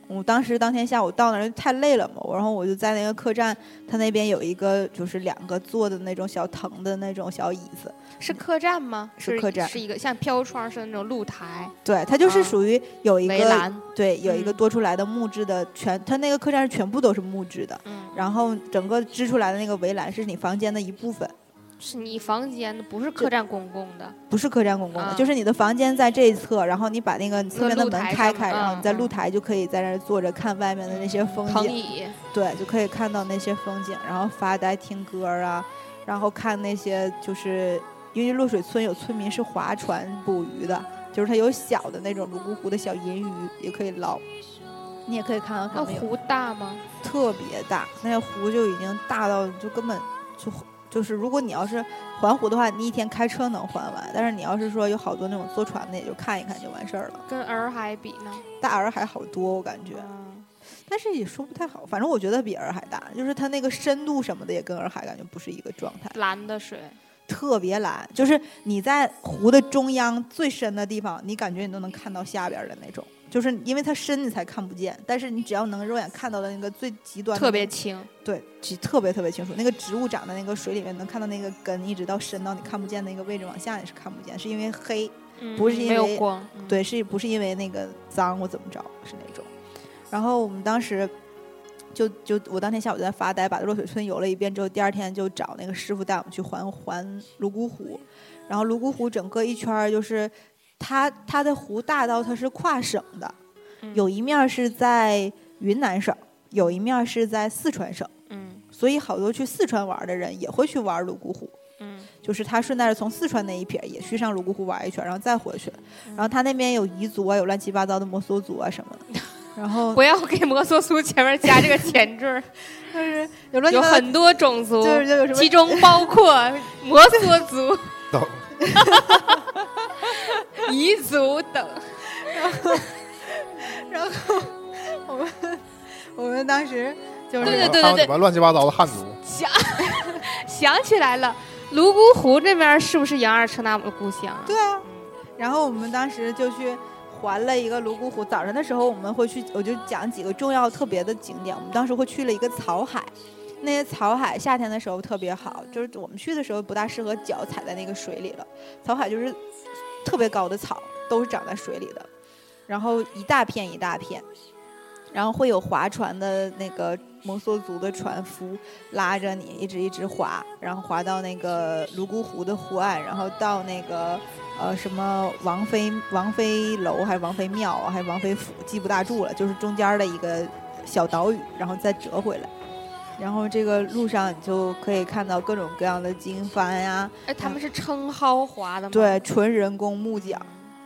S2: 我当时当天下午到那儿太累了嘛，然后我就在那个客栈，他那边有一个就是两个坐的那种小藤的那种小椅子，
S1: 是客栈吗？
S2: 是客栈
S1: 是一个像飘窗似的那种露台、
S2: 对，它就是
S1: 啊
S2: 属于有一
S1: 围
S2: 个
S1: 栏。
S2: 对有一个
S1: 嗯
S2: 多出来的木质的全，它那个客栈是全部都是木质的，
S1: 嗯，
S2: 然后整个支出来的那个围栏是你房间的一部分，
S1: 是你房间的，不是客栈公共的。
S2: 不是客栈公共的，
S1: 啊
S2: 就是你的房间在这一侧，然后你把那个你侧面的
S1: 那露
S2: 门
S1: 台
S2: 开
S1: 上
S2: 开，然后
S1: 嗯
S2: 你在露
S1: 嗯
S2: 台就可以在那儿坐着看外面的那些风
S1: 藤
S2: 景，
S1: 椅，
S2: 对，就可以看到那些风景，然后发呆听歌儿啊，然后看那些就是因为落水村有村民是划船捕鱼的，就是它有小的那种泸沽湖的小银鱼也可以
S1: 哦
S2: 捞，你也可以看到它
S1: 那
S2: 们有
S1: 湖大吗？
S2: 特别大，那个湖就已经大到就根本就就是，如果你要是环湖的话，你一天开车能环完，但是你要是说有好多那种坐船的，也就看一看就完事儿了。
S1: 跟洱海比呢？
S2: 大洱海好多，我感觉，
S1: 嗯
S2: 但是也说不太好，反正我觉得比洱海大，就是它那个深度什么的也跟洱海感觉不是一个状态，
S1: 蓝的水，
S2: 特别蓝，就是你在湖的中央最深的地方，你感觉你都能看到下边儿的那种。就是因为它深，你才看不见。但是你只要能肉眼看到的那个最极端的
S1: 特
S2: 那
S1: 别
S2: 个
S1: 清。
S2: 对，其特别特别清楚，那个植物长在那个水里面，能看到那个根，一直到深到你看不见那个位置往下，你是看不见，是因为黑，
S1: 嗯
S2: 不是因
S1: 没有
S2: 为
S1: 光，嗯
S2: 对，是不是因为那个脏或怎么着，是那种。然后我们当时就就我当天下午就在发呆，把落水村游了一遍之后，第二天就找那个师傅带我们去环环泸沽湖，然后泸沽湖整个一圈儿就是它它的湖大到它是跨省的，
S1: 嗯
S2: 有一面儿是在云南省，有一面儿是在四川省。
S1: 嗯
S2: 所以好多去四川玩的人也会去玩泸沽湖，
S1: 嗯
S2: 就是他顺带着从四川那一撇也去上泸沽湖玩一圈，然后再回去。
S1: 嗯
S2: 然后他那边有彝族啊，有乱七八糟的摩梭族啊什么的，然后
S1: 不要给摩梭族前面加这个前缀儿，
S2: 就是 *laughs* 有乱七
S1: 有
S2: 八糟，
S1: 很多种族，
S2: 就是就有什么
S1: 其中包括摩梭族、 *laughs*
S3: 等
S1: 彝族等。
S2: 我们当时就
S1: 对对
S2: 是
S1: 对
S3: 还有
S1: 对
S3: 你们乱七八糟的汉族，
S1: 想想起来了，泸沽湖这边是不是杨二车纳姆的故乡啊？
S2: 对啊，然后我们当时就去环了一个泸沽湖。早上的时候我们会去，我就讲几个重要特别的景点。我们当时会去了一个草海，那些草海夏天的时候特别好，就是我们去的时候不大适合脚踩在那个水里了。草海就是特别高的草，都是长在水里的，然后一大片一大片，然后会有划船的那个摩梭族的船夫拉着你一直一直划，然后划到那个泸沽湖的湖岸，然后到那个呃什么王妃王妃楼还是王妃庙啊，还是王妃府，记不大住了，就是中间的一个小岛屿，然后再折回来。然后这个路上你就可以看到各种各样的经幡呀、
S1: 哎，他们是撑蒿划的吗？
S2: 对，纯人工木桨，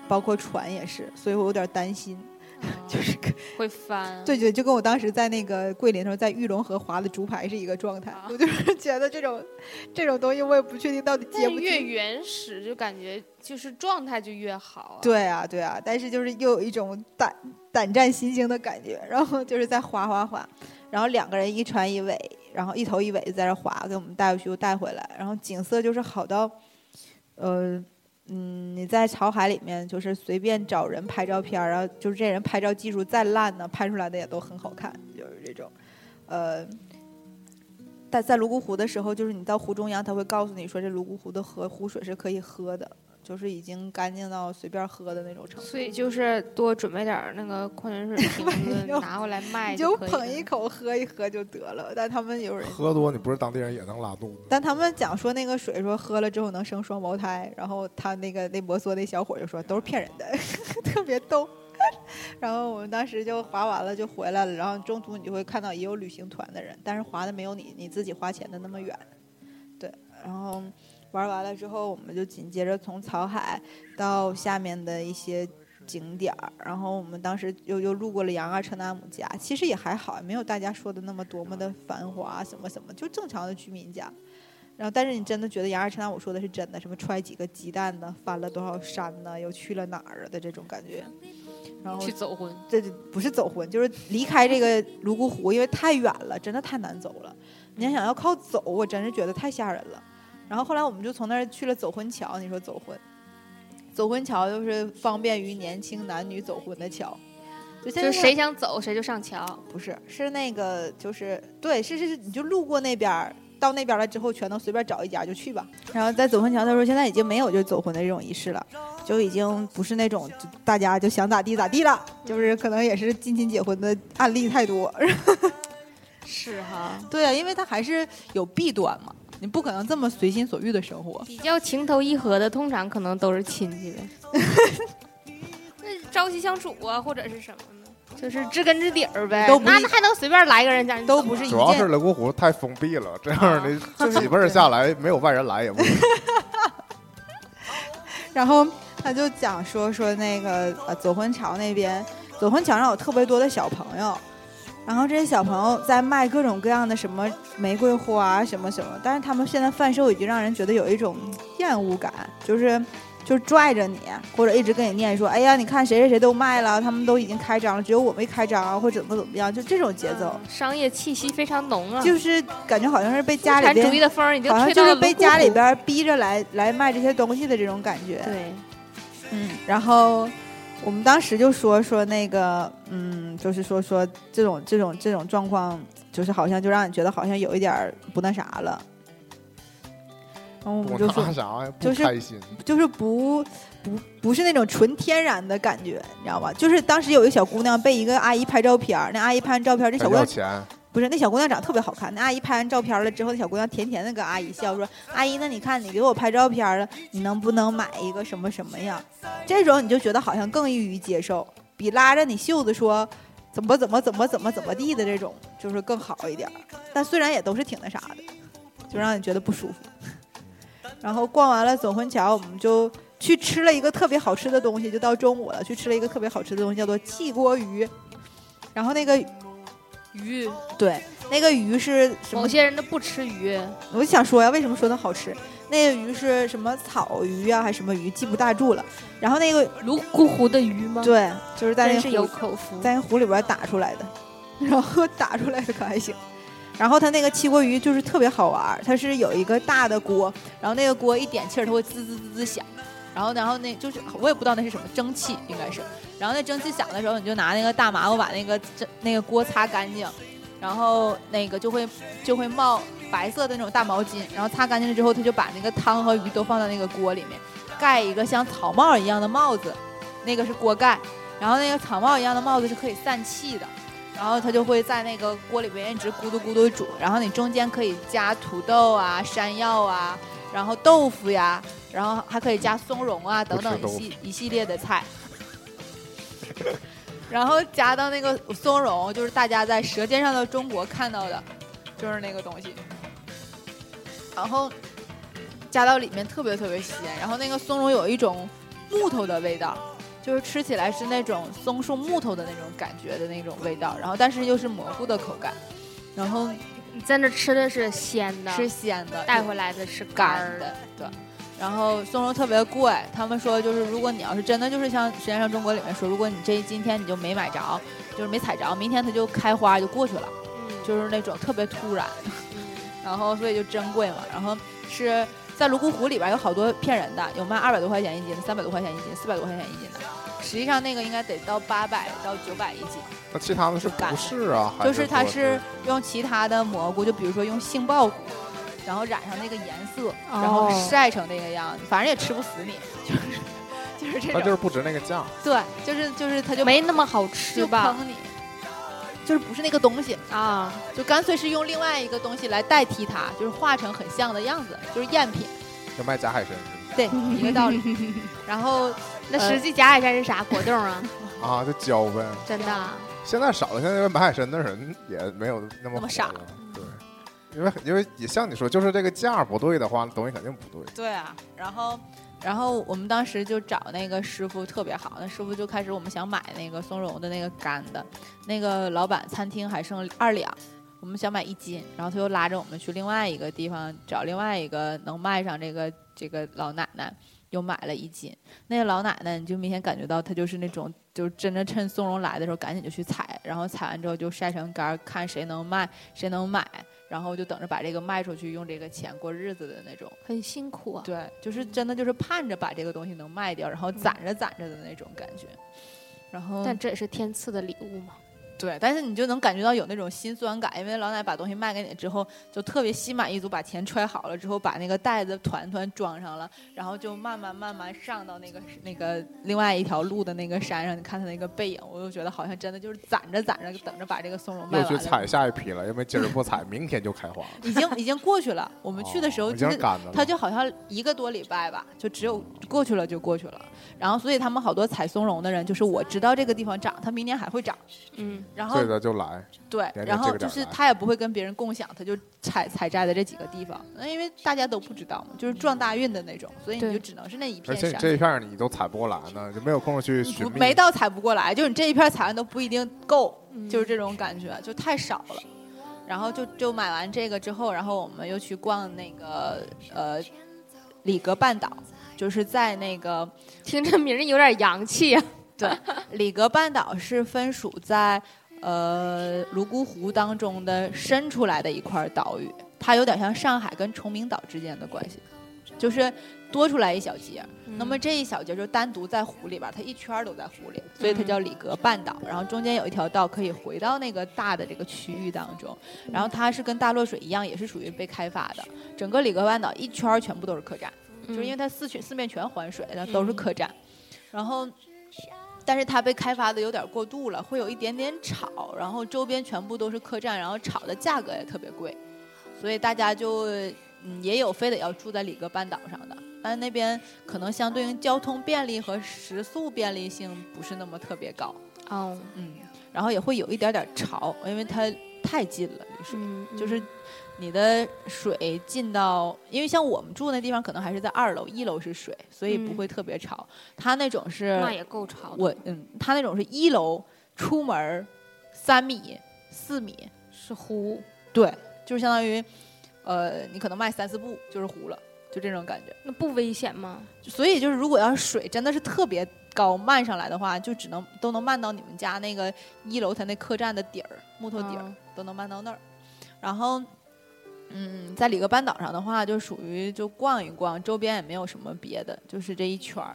S2: 包括船也是，所以我有点担心， *laughs*
S1: 嗯，
S2: 就
S1: 就是
S2: 跟
S1: 会翻。
S2: 对对，就跟我当时在那个桂林的时候，在玉龙河划的竹排是一个状态。
S1: 啊
S2: 我就是觉得这种这种东西，我也不确定到底
S1: 但
S2: 接
S1: 是
S2: 不
S1: 越
S2: 接。
S1: 原始就感觉就是状态就越好、啊。，
S2: 对啊，对啊，但是就是又有一种胆胆战心惊的感觉，然后就是在划划划，然后两个人一船一尾，然后一头一尾就在这划，给我们带回去又带回来，然后景色就是好到，呃，嗯，你在潮海里面就是随便找人拍照片儿，然后就是这人拍照技术再烂呢，拍出来的也都很好看，就是这种，呃。但在泸沽湖的时候，就是你到湖中央，他会告诉你说，这泸沽湖的河湖水是可以喝的，就是已经干净到随便喝的那种程度。
S1: 所以就是多准备点儿那个矿泉水瓶
S2: *laughs*
S1: 子
S2: 有
S1: 拿回来卖
S2: 你就
S1: 可以
S2: 捧
S1: 了
S2: 一口喝一喝就得了。但他们有人，
S3: 喝多你不是当地人也能拉肚子。
S2: 但他们讲说那个水说喝了之后能生双胞胎，然后他那个那摩梭那小伙就说都是骗人的， *laughs* 特别逗。然后我们当时就划完了就回来了，然后中途你就会看到也有旅行团的人，但是划的没有你你自己花钱的那么远，对。然后玩完了之后，我们就紧接着从草海到下面的一些景点儿，然后我们当时又又路过了杨阿车纳姆家，其实也还好，没有大家说的那么多么的繁华什么什么，就正常的居民家。然后，但是你真的觉得杨二车纳姆说的是真的，什么揣几个鸡蛋呢，翻了多少山呢，又去了哪儿啊的这种感觉。然后
S1: 去走婚。
S2: 这这不是走婚，就是离开这个泸沽湖，因为太远了，真的太难走了。你要想要靠走，我真是觉得太吓人了。然后后来我们就从那儿去了走婚桥，你说走婚，走婚桥就是方便于年轻男女走婚的桥。就现
S1: 就
S2: 在
S1: 谁想走谁就上桥，
S2: 不是是那个就是对是是是，你就路过那边儿，到那边儿了之后，全都随便找一家就去吧。然后在走婚桥的时候，现在已经没有就是走婚的这种仪式了，就已经不是那种就大家就想咋地咋地了，就是可能也是近亲结婚的案例太多。 *laughs*
S1: 是哈，
S2: 对啊，因为它还是有弊端嘛，你不可能这么随心所欲的生活。
S1: 比较情投意合的，通常可能都是亲戚呗。 *laughs* 那朝夕相处啊，或者是什么呢？就是知根知底儿呗。
S2: 都不
S1: 那
S2: 是
S1: 那还能随便来个人家？你
S2: 都
S1: 怎么
S2: 不是
S1: 了
S2: 一
S3: 主要
S2: 件
S3: 是泸沽湖太封闭了，这
S1: 啊
S3: 样你
S2: 就是
S3: 几辈儿下来没有外人来也不行。
S2: 然后他就讲说说那个呃走婚桥那边，走婚桥上有特别多的小朋友，然后这些小朋友在卖各种各样的什么玫瑰花啊什么什么，但是他们现在贩售已经让人觉得有一种厌恶感，就是。就是拽着你，或者一直跟你念说：“哎呀，你看谁谁谁都卖了，他们都已经开张了，只有我没开张，啊或者怎么怎么样，就这种节奏，
S1: 嗯商业气息非常浓啊，
S2: 就是感觉好像是被
S1: 家
S2: 家里
S1: 产主义
S2: 边，
S1: 的风儿已经
S2: 好像
S1: 吹
S2: 就
S1: 到
S2: 是
S1: 了
S2: 被
S1: 泸沽
S2: 家里
S1: 湖。
S2: 边逼着来来卖这些东西的这种感觉。
S1: 对，
S2: 嗯，然后我们当时就说说那个，嗯，就是说说这种这种这种状况，就是好像就让你觉得好像有一点儿不那啥了。然后我们
S3: 我
S2: 就说
S3: 拿，啥呀？不
S2: 就是
S3: 开心。
S2: 就是不不不是那种纯天然的感觉，你知道吗？就是当时有一个小姑娘被一个阿姨拍照片儿，那阿姨拍完照片儿，那小
S3: 还
S2: 姑娘
S3: 要钱，
S2: 不是，那小姑娘长得特别好看。那阿姨拍完照片了之后，那小姑娘甜甜的跟阿姨笑说：“阿姨，那你看你给我拍照片了，你能不能买一个什么什么呀？”这时候你就觉得好像更易于接受，比拉着你袖子说怎么怎么怎么怎么怎么地的这种，就是更好一点儿。但虽然也都是挺那啥的，就让你觉得不舒服。然后逛完了走婚桥，我们就去吃了一个特别好吃的东西，就到中午了，去吃了一个特别好吃的东西，叫做汽锅鱼。然后那个
S1: 鱼，
S2: 对，那个鱼是什么
S1: 某？些人都不吃鱼，
S2: 我就想说呀，为什么说它好吃？那个鱼是什么草鱼啊，还是什么鱼？记不大住了。然后那个
S1: 泸沽湖的鱼吗？，
S2: 对，就是在那
S1: 真
S2: 个
S1: 是
S2: 湖
S1: 有口福。
S2: 在湖里边打出来的， *laughs* 然后打出来的可还行。然后它那个汽锅鱼就是特别好玩儿，它是有一个大的锅，然后那个锅一点气儿，它会滋滋滋滋响，然后然后那就是我也不知道那是什么蒸汽，应该是。然后那蒸汽响的时候，你就拿那个大麻布把那个这那个锅擦干净，然后那个就会就会冒白色的那种大毛巾，然后擦干净了之后，他就把那个汤和鱼都放到那个锅里面，盖一个像草帽一样的帽子，那个是锅盖，然后那个草帽一样的帽子是可以散气的。然后它就会在那个锅里边一直咕嘟咕嘟煮，然后你中间可以加土豆啊、山药啊，然后豆腐呀，然后还可以加松茸啊等等
S3: 不
S2: 一
S3: 吃
S2: 系一系列的菜。然后加到那个松茸，就是大家在《舌尖上的中国》看到的，就是那个东西。然后加到里面特别特别鲜，然后那个松茸有一种木头的味道，就是吃起来是那种松树木头的那种感觉的那种味道，然后但是又是模糊的口感，然后
S1: 你在那吃的是鲜的，
S2: 是鲜的，
S1: 带回来的是干
S2: 干
S1: 儿
S2: 的，对。然后松茸特别贵，他们说就是如果你要是真的就是像《舌尖上中国》里面说，如果你这今天你就没买着，就是没采着，明天它就开花就过去了，
S1: 嗯
S2: 就是那种特别突然。
S1: 嗯
S2: 然后所以就珍贵嘛。然后是在泸沽湖里边有好多骗人的，有卖二百多块钱一斤的、三百多块钱一斤、四百多块钱一斤的。实际上那个应该得到八百到九百一斤，
S3: 那其他的是
S2: 干
S3: 不是啊？还
S2: 就是它
S3: 说
S2: 是用其他的蘑菇，就比如说用杏鲍菇，然后染上那个颜色，然后
S1: 哦
S2: 晒成那个样子，反正也吃不死你，就是就是这
S3: 它
S2: 种，
S3: 啊就是不值那个价。
S2: 对，就是就是它就
S1: 没那么好吃
S2: 就
S1: 吧？
S2: 坑你，就是不是那个东西，
S1: 啊，
S2: 就干脆是用另外一个东西来代替它，就是化成很像的样子，就是赝品。
S3: 就卖假海参是
S2: 对，一个道
S1: *laughs*
S2: 理。然后
S1: 那
S2: 呃
S1: 实际假海参是啥果冻啊？
S3: 吗啊，就教呗。
S1: *laughs* 真的啊？
S3: 现在少了，现在买海参的人也没有那么
S2: 那么
S3: 火
S2: 傻
S3: 了。对，因为因为也像你说，就是这个价不对的话，东西肯定不对。
S2: 对啊，然后然后我们当时就找那个师傅特别好，那师傅就开始我们想买那个松茸的那个干的，那个老板餐厅还剩二两。我们想买一斤，然后他又拉着我们去另外一个地方找另外一个能卖上这个这个老奶奶，又买了一斤。那个老奶奶你就明显感觉到她就是那种，就是真的趁松茸来的时候赶紧就去采，然后采完之后就晒成干儿，看谁能卖谁能买，然后就等着把这个卖出去，用这个钱过日子的那种。
S1: 很辛苦啊。
S2: 对，就是真的就是盼着把这个东西能卖掉，然后攒着攒着的那种感觉。然后，
S1: 但这也是天赐的礼物嘛。
S2: 对，但是你就能感觉到有那种心酸感，因为老奶把东西卖给你之后，就特别心满意足，把钱揣好了之后，把那个袋子团团装上了，然后就慢慢慢慢上到那个那个另外一条路的那个山上，你看他那个背影，我就觉得好像真的就是攒着攒着，等着把这个松茸卖
S3: 又
S2: 完
S3: 去
S2: 了。
S3: 采下一批了，因为今儿不采，明天就开花了。
S2: 已经已经过去了，我们去的时候
S3: 哦已
S2: 就
S3: 经
S2: 是
S3: 干的了，
S2: 他就好像一个多礼拜吧，就只有过去了就过去了。然后，所以他们好多采松茸的人，就是我知道这个地方长，它明年还会长。
S1: 嗯，
S2: 然后
S3: 对的就来，
S2: 对，
S3: 点
S2: 然
S3: 这
S2: 后
S3: 个啊
S2: 就
S3: 点
S2: 是
S3: 来
S2: 他也不会跟别人共享，他就采采摘的这几个地方，那因为大家都不知道嘛，就是撞大运的那种，所以你
S1: 对
S2: 就只能是那一
S3: 而
S2: 片
S3: 且你
S2: 山。
S3: 这一片儿你都采不过来呢，就没有空去
S2: 嗯
S3: 寻
S2: 不
S3: 觅。
S2: 没到采不过来，就是你这一片采完都不一定够，
S1: 嗯
S2: 就是这种感觉，就太少了。然后就就买完这个之后，然后我们又去逛那个呃里格半岛，就是在那个
S1: 听这名儿有点洋气啊。
S2: 里格半岛是分属在呃泸沽湖当中的伸出来的一块岛屿，它有点像上海跟崇明岛之间的关系，就是多出来一小节。
S1: 嗯
S2: 那么这一小节就单独在湖里边儿，它一圈儿都在湖里，所以它叫里格半岛。然后中间有一条道可以回到那个大的这个区域当中，然后它是跟大洛水一样，也是属于被开发的。整个里格半岛一圈儿全部都是客栈。
S1: 嗯
S2: 就是因为它四全四面全环水的，都是客栈。然后，但是它被开发的有点过度了，会有一点点吵，然后周边全部都是客栈，然后炒的价格也特别贵，所以大家就嗯也有非得要住在里格半岛上的。但那边可能相对应交通便利和食宿便利性不是那么特别高，
S1: 哦，
S2: 嗯，然后也会有一点点潮，因为它太近了离水。
S1: 嗯，嗯
S2: 就是你的水进到，因为像我们住那地方可能还是在二楼，一楼是水，所以不
S1: 嗯
S2: 会特别潮。它那种是
S1: 那，也够潮的，
S2: 我嗯，它那种是一楼出门儿三米四米，
S1: 是湖。
S2: 对，就是相当于，呃，你可能迈三四步就是湖了，就这种感觉。
S1: 那不危险吗？
S2: 所以就是，如果要是水真的是特别高漫上来的话，就只能都能漫到你们家那个
S1: 哦
S2: 一楼它那客栈的底儿，木头底儿。
S1: 啊
S2: 都能搬到那儿。然后嗯，在里格半岛上的话，就属于就逛一逛，周边也没有什么别的，就是这一圈儿。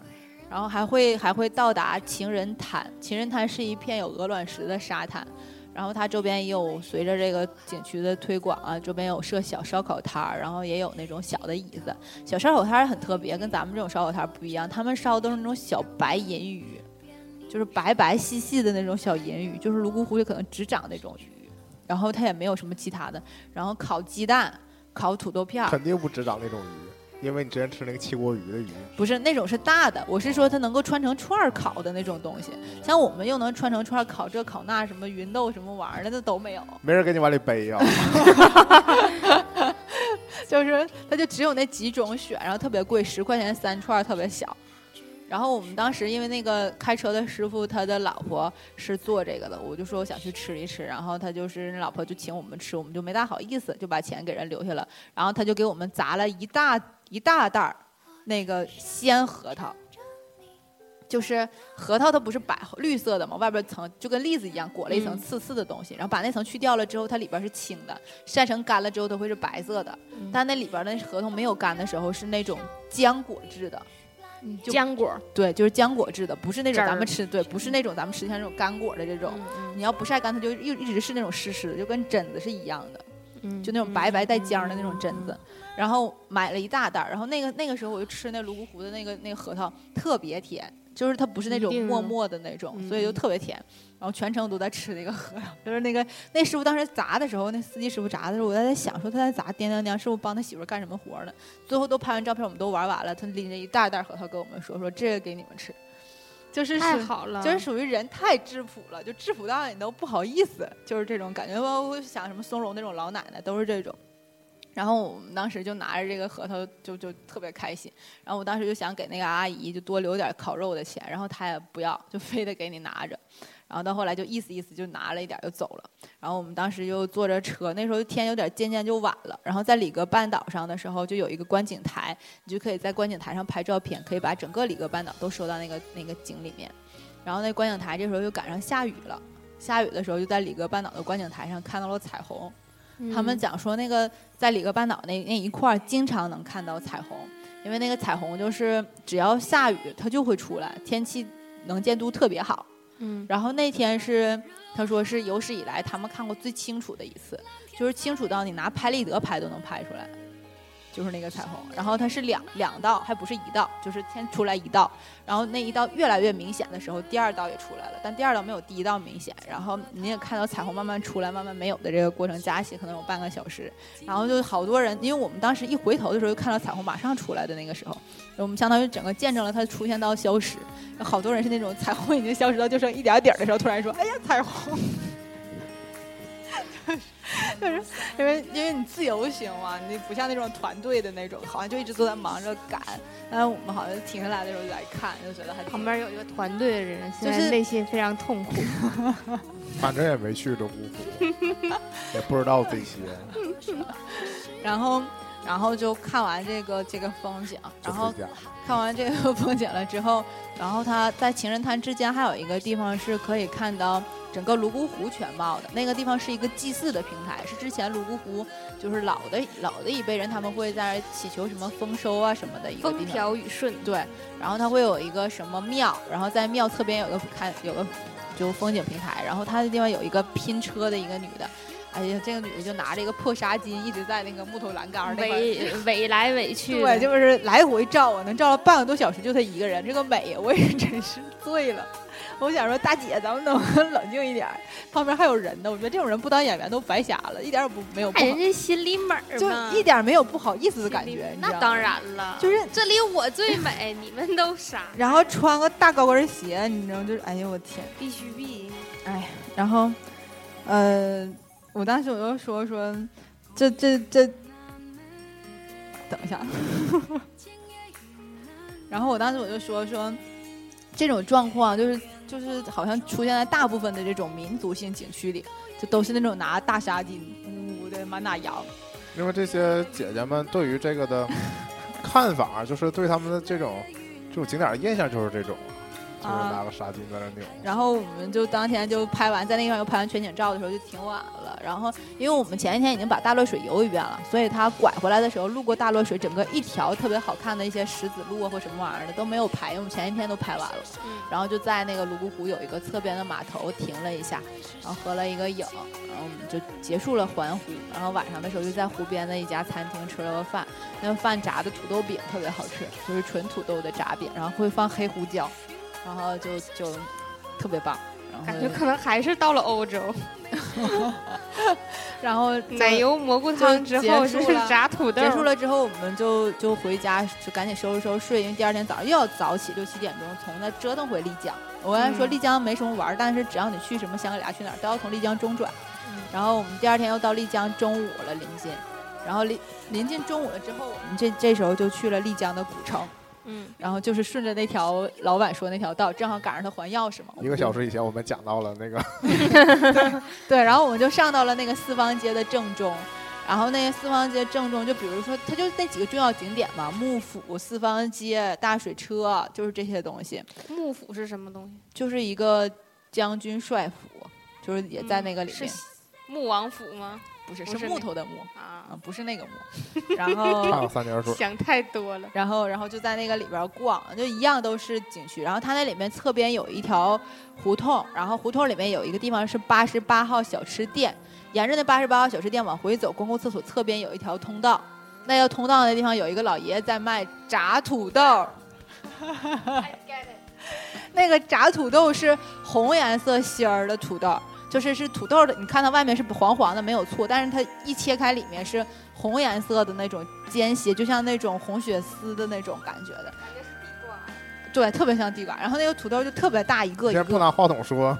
S2: 然后还会还会到达情人滩，情人滩是一片有鹅卵石的沙滩，然后它周边也有随着这个景区的推广啊，周边有设小烧烤摊儿，然后也有那种小的椅子。小烧烤摊儿很特别，跟咱们这种烧烤摊儿不一样，他们烧的都是那种小白银鱼，就是白白细细的那种小银鱼，就是泸沽湖里可能只长那种鱼，然后它也没有什么其他的。然后烤鸡蛋、烤土豆片儿，
S3: 肯定不只长那种鱼，因为你之前吃那个汽锅鱼的鱼，
S2: 不是那种是大的，我是说它能够穿成串儿烤的那种东西。像我们又能穿成串儿烤这烤那什么芸豆什么玩意儿的，那都没有，
S3: 没人给你往里背啊呀、
S2: 就是它就只有那几种选，然后特别贵，十块钱三串儿，特别小。然后我们当时因为那个开车的师傅他的老婆是做这个的，我就说我想去吃一吃，然后他就是那老婆就请我们吃，我们就没大好意思，就把钱给人留下了，然后他就给我们砸了一大一大袋儿那个鲜核桃，就是核桃它不是白绿色的嘛，外边层就跟栗子一样裹了一层
S1: 嗯
S2: 刺刺的东西，然后把那层去掉了之后，它里边是青的，晒成干了之后它会是白色的，
S1: 嗯
S2: 但那里边的核桃没有干的时候是那种浆果质的。就
S1: 浆果儿，
S2: 对，就是浆果制的，不是那种
S1: 汁儿
S2: 咱们吃，对，不是那种咱们吃像那种干果的这种。
S1: 嗯
S2: 你要不晒干，它就一一直是那种湿湿的，就跟榛子是一样的，
S1: 嗯
S2: 就那种白白带浆儿的那种榛子。然后买了一大袋儿，然后那个那个时候我就吃那泸沽湖的那个那个核桃，特别甜，就是它不是那种
S1: 一定
S2: 沫
S1: 的
S2: 沫的那种，
S1: 嗯
S2: 所以就特别甜。然后全程我都在吃那个核桃，就是那个那师傅当时砸的时候，那司机师傅砸的时候，我在想说他在砸颠颠颠，是不是帮他媳妇儿干什么活儿呢？最后都拍完照片，我们都玩完了，他拎着一大袋核桃跟我们说说这个给你们吃，就是
S1: 太
S2: 属
S1: 好了，
S2: 就是属于人太质朴了，就质朴到你都不好意思，就是这种感觉。包括想什么松茸那种老奶奶都是这种。然后我们当时就拿着这个核桃就就特别开心，然后我当时就想给那个阿姨就多留点烤肉的钱，然后她也不要，就非得给你拿着，然后到后来就意思意思就拿了一点儿就走了。然后我们当时就坐着车，那时候天有点渐渐就晚了。然后在里格半岛上的时候，就有一个观景台，你就可以在观景台上拍照片，可以把整个里格半岛都收到那个那个景里面。然后那观景台这时候又赶上下雨了，下雨的时候就在里格半岛的观景台上看到了彩虹。他们
S1: 嗯
S2: 讲说那个在里格半岛那那一块儿经常能看到彩虹，因为那个彩虹就是只要下雨它就会出来，天气能见度特别好。
S1: 嗯
S2: 然后那天是他说是有史以来他们看过最清楚的一次，就是清楚到你拿拍立得拍都能拍出来，就是那个彩虹。然后它是两两道，还不是一道，就是先出来一道，然后那一道越来越明显的时候，第二道也出来了，但第二道没有第一道明显。然后你也看到彩虹慢慢出来，慢慢没有的这个过程，加起可能有半个小时。然后就好多人，因为我们当时一回头的时候就看到彩虹马上出来的那个时候，我们相当于整个见证了它出现到消失。好多人是那种彩虹已经消失到就剩一点点儿的时候，突然说：“哎呀，彩虹！” *laughs* 就是因为因为你自由行嘛，你不像那种团队的那种，好像就一直都在忙着赶。但是我们好像停下来的时候就来看，就觉得还挺
S1: 旁边有一个团队的人，现
S2: 就
S1: 在
S2: 是
S1: 内心非常痛苦。
S3: *laughs* 反正也没去泸沽湖，也不知道这些，
S2: *laughs* 然后然后就看完这个这个风景，
S3: 就
S2: 然后
S3: 回家。
S2: 看完这个风景了之后，然后它在情人滩之间还有一个地方是可以看到整个泸沽湖全貌的。那个地方是一个祭祀的平台，是之前泸沽湖就是老的老的一辈人他们会在那儿祈求什么丰收啊什么的一个地
S1: 风
S2: 方。
S1: 调雨顺，
S2: 对，然后它会有一个什么庙，然后在庙侧边有个看有个就风景平台，然后它的地方有一个拼车的一个女的，哎呀，这个女的就拿着一个破纱巾一直在那个木头栏杆儿那块儿
S1: 委委来委去的，
S2: 对，就是来回照啊，能照了半个多小时，就 *laughs* 她一个人，这个美我也真是醉了。我想说，大姐，咱们能不能冷静一点儿？旁边还有人呢，我觉得这种人不当演员都白瞎了，一点儿也不没有不
S1: 哎，人
S2: 好，
S1: 家心里美儿嘛
S2: 就一点儿没有不好意思的
S1: 心
S2: 感
S1: 里
S2: 觉。你知
S1: 那
S2: 道
S1: 当
S2: 吗，
S1: 然了，
S2: 就是
S1: 这里我最美， *laughs* 你们都傻，
S2: 然后穿个大高跟鞋，你知道，就是哎呦我天，
S1: 必须必
S2: 哎，然后，呃，我当时我就说说，这这这，等一下， *laughs* 然后我当时我就说说，这种状况就是就是好像出现在大部分的这种民族性景区里，就都是那种拿大纱巾呜呜的满哪摇，
S3: 因为这些姐姐们对于这个的看法，就是对他们的这种这种景点的印象就是这种，就是
S2: 啊
S3: 拿个纱巾在那扭。
S2: 然后我们就当天就拍完，在那个地方又拍完全景照的时候就挺晚了，
S4: 然后因为我们前一天已经把大洛水游一遍了，所以他拐回来的时候路过大洛水，整个一条特别好看的一些石子路啊或什么玩意儿的都没有排，因为我们前一天都排完了。
S1: 嗯
S4: 然后就在那个泸沽湖有一个侧边的码头停了一下，然后合了一个影，然后我们就结束了环湖。然后晚上的时候就在湖边的一家餐厅吃了个饭，那个饭炸的土豆饼特别好吃，就是纯土豆的炸饼，然后会放黑胡椒，然后就就特别棒。然后
S1: 感觉可能还是到了欧洲，
S4: 然后就
S1: 奶油蘑菇汤之后
S4: 就结
S1: 就
S4: 束
S1: 是
S4: 了
S1: 炸土豆，
S4: 结束了之后，我们就就回家，就赶紧收拾收拾睡，因为第二天早上又要早起六七点钟，从那折腾回丽江。我刚才说
S1: 嗯
S4: 丽江没什么玩儿，但是只要你去什么香格里拉去哪儿，都要从丽江中转。
S1: 嗯
S4: 然后我们第二天又到丽江中午了，临近，然后临临近中午了之后，我们这这时候就去了丽江的古城，
S1: 嗯，
S4: 然后就是顺着那条老板说那条道，正好赶上他还钥匙嘛。
S3: 一个小时以前我们讲到了
S2: *laughs*
S3: 那个，
S4: 对，然后我们就上到了那个四方街的正中，然后那个四方街正中，就比如说，它就那几个重要景点嘛，幕府、四方街、大水车，就是这些东西，
S1: 幕府是什么东西？
S4: 就是一个将军帅府，就是也在那个里
S1: 嗯是
S4: 面，
S1: 穆王府吗？
S4: 不是
S1: 不
S4: 是
S1: 是
S4: 木
S1: 那
S4: 头的木啊
S1: 啊，，
S4: 不是那个木，
S1: *laughs*
S4: 然后
S3: 差了三年水。
S1: 想太多了。
S4: 然后然后就在那个里边儿逛，就一样都是景区。然后它那里面侧边有一条胡同，然后胡同里面有一个地方是八十八号小吃店，沿着那八十八号小吃店往回走，公共厕所侧边有一条通道。那条通道的地方有一个老爷爷在卖炸土豆， *laughs* 那个炸土豆是红颜色芯儿的土豆，就是是土豆的，你看它外面是黄黄的，没有错，但是它一切开里面是红颜色的那种间歇，就像那种红血丝的那种感觉的，对，特别像地瓜。然后那个土豆就特别大一个一
S3: 先不
S4: 个，
S3: 拿话筒说，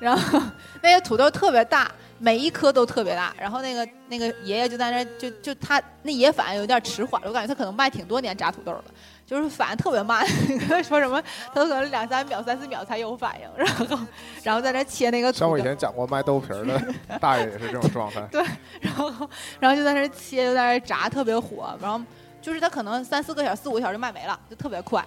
S4: 然后那个土豆特别大，每一颗都特别大。然后那个那个爷爷就在那儿就就他那爷爷反应有点迟缓了，我感觉他可能卖挺多年炸土豆了。就是反应特别慢， *laughs* 跟他说什么，他都可能两三秒、三四秒才有反应，然后，然后在那切那个土
S3: 像
S4: 豆
S3: 我以，前讲过卖豆皮儿的大爷也是这种状态。
S4: 然后然后就在那儿切，就在那儿炸，特别火。然后就是他可能三四个小时、四五个小时就卖没了，就特别快。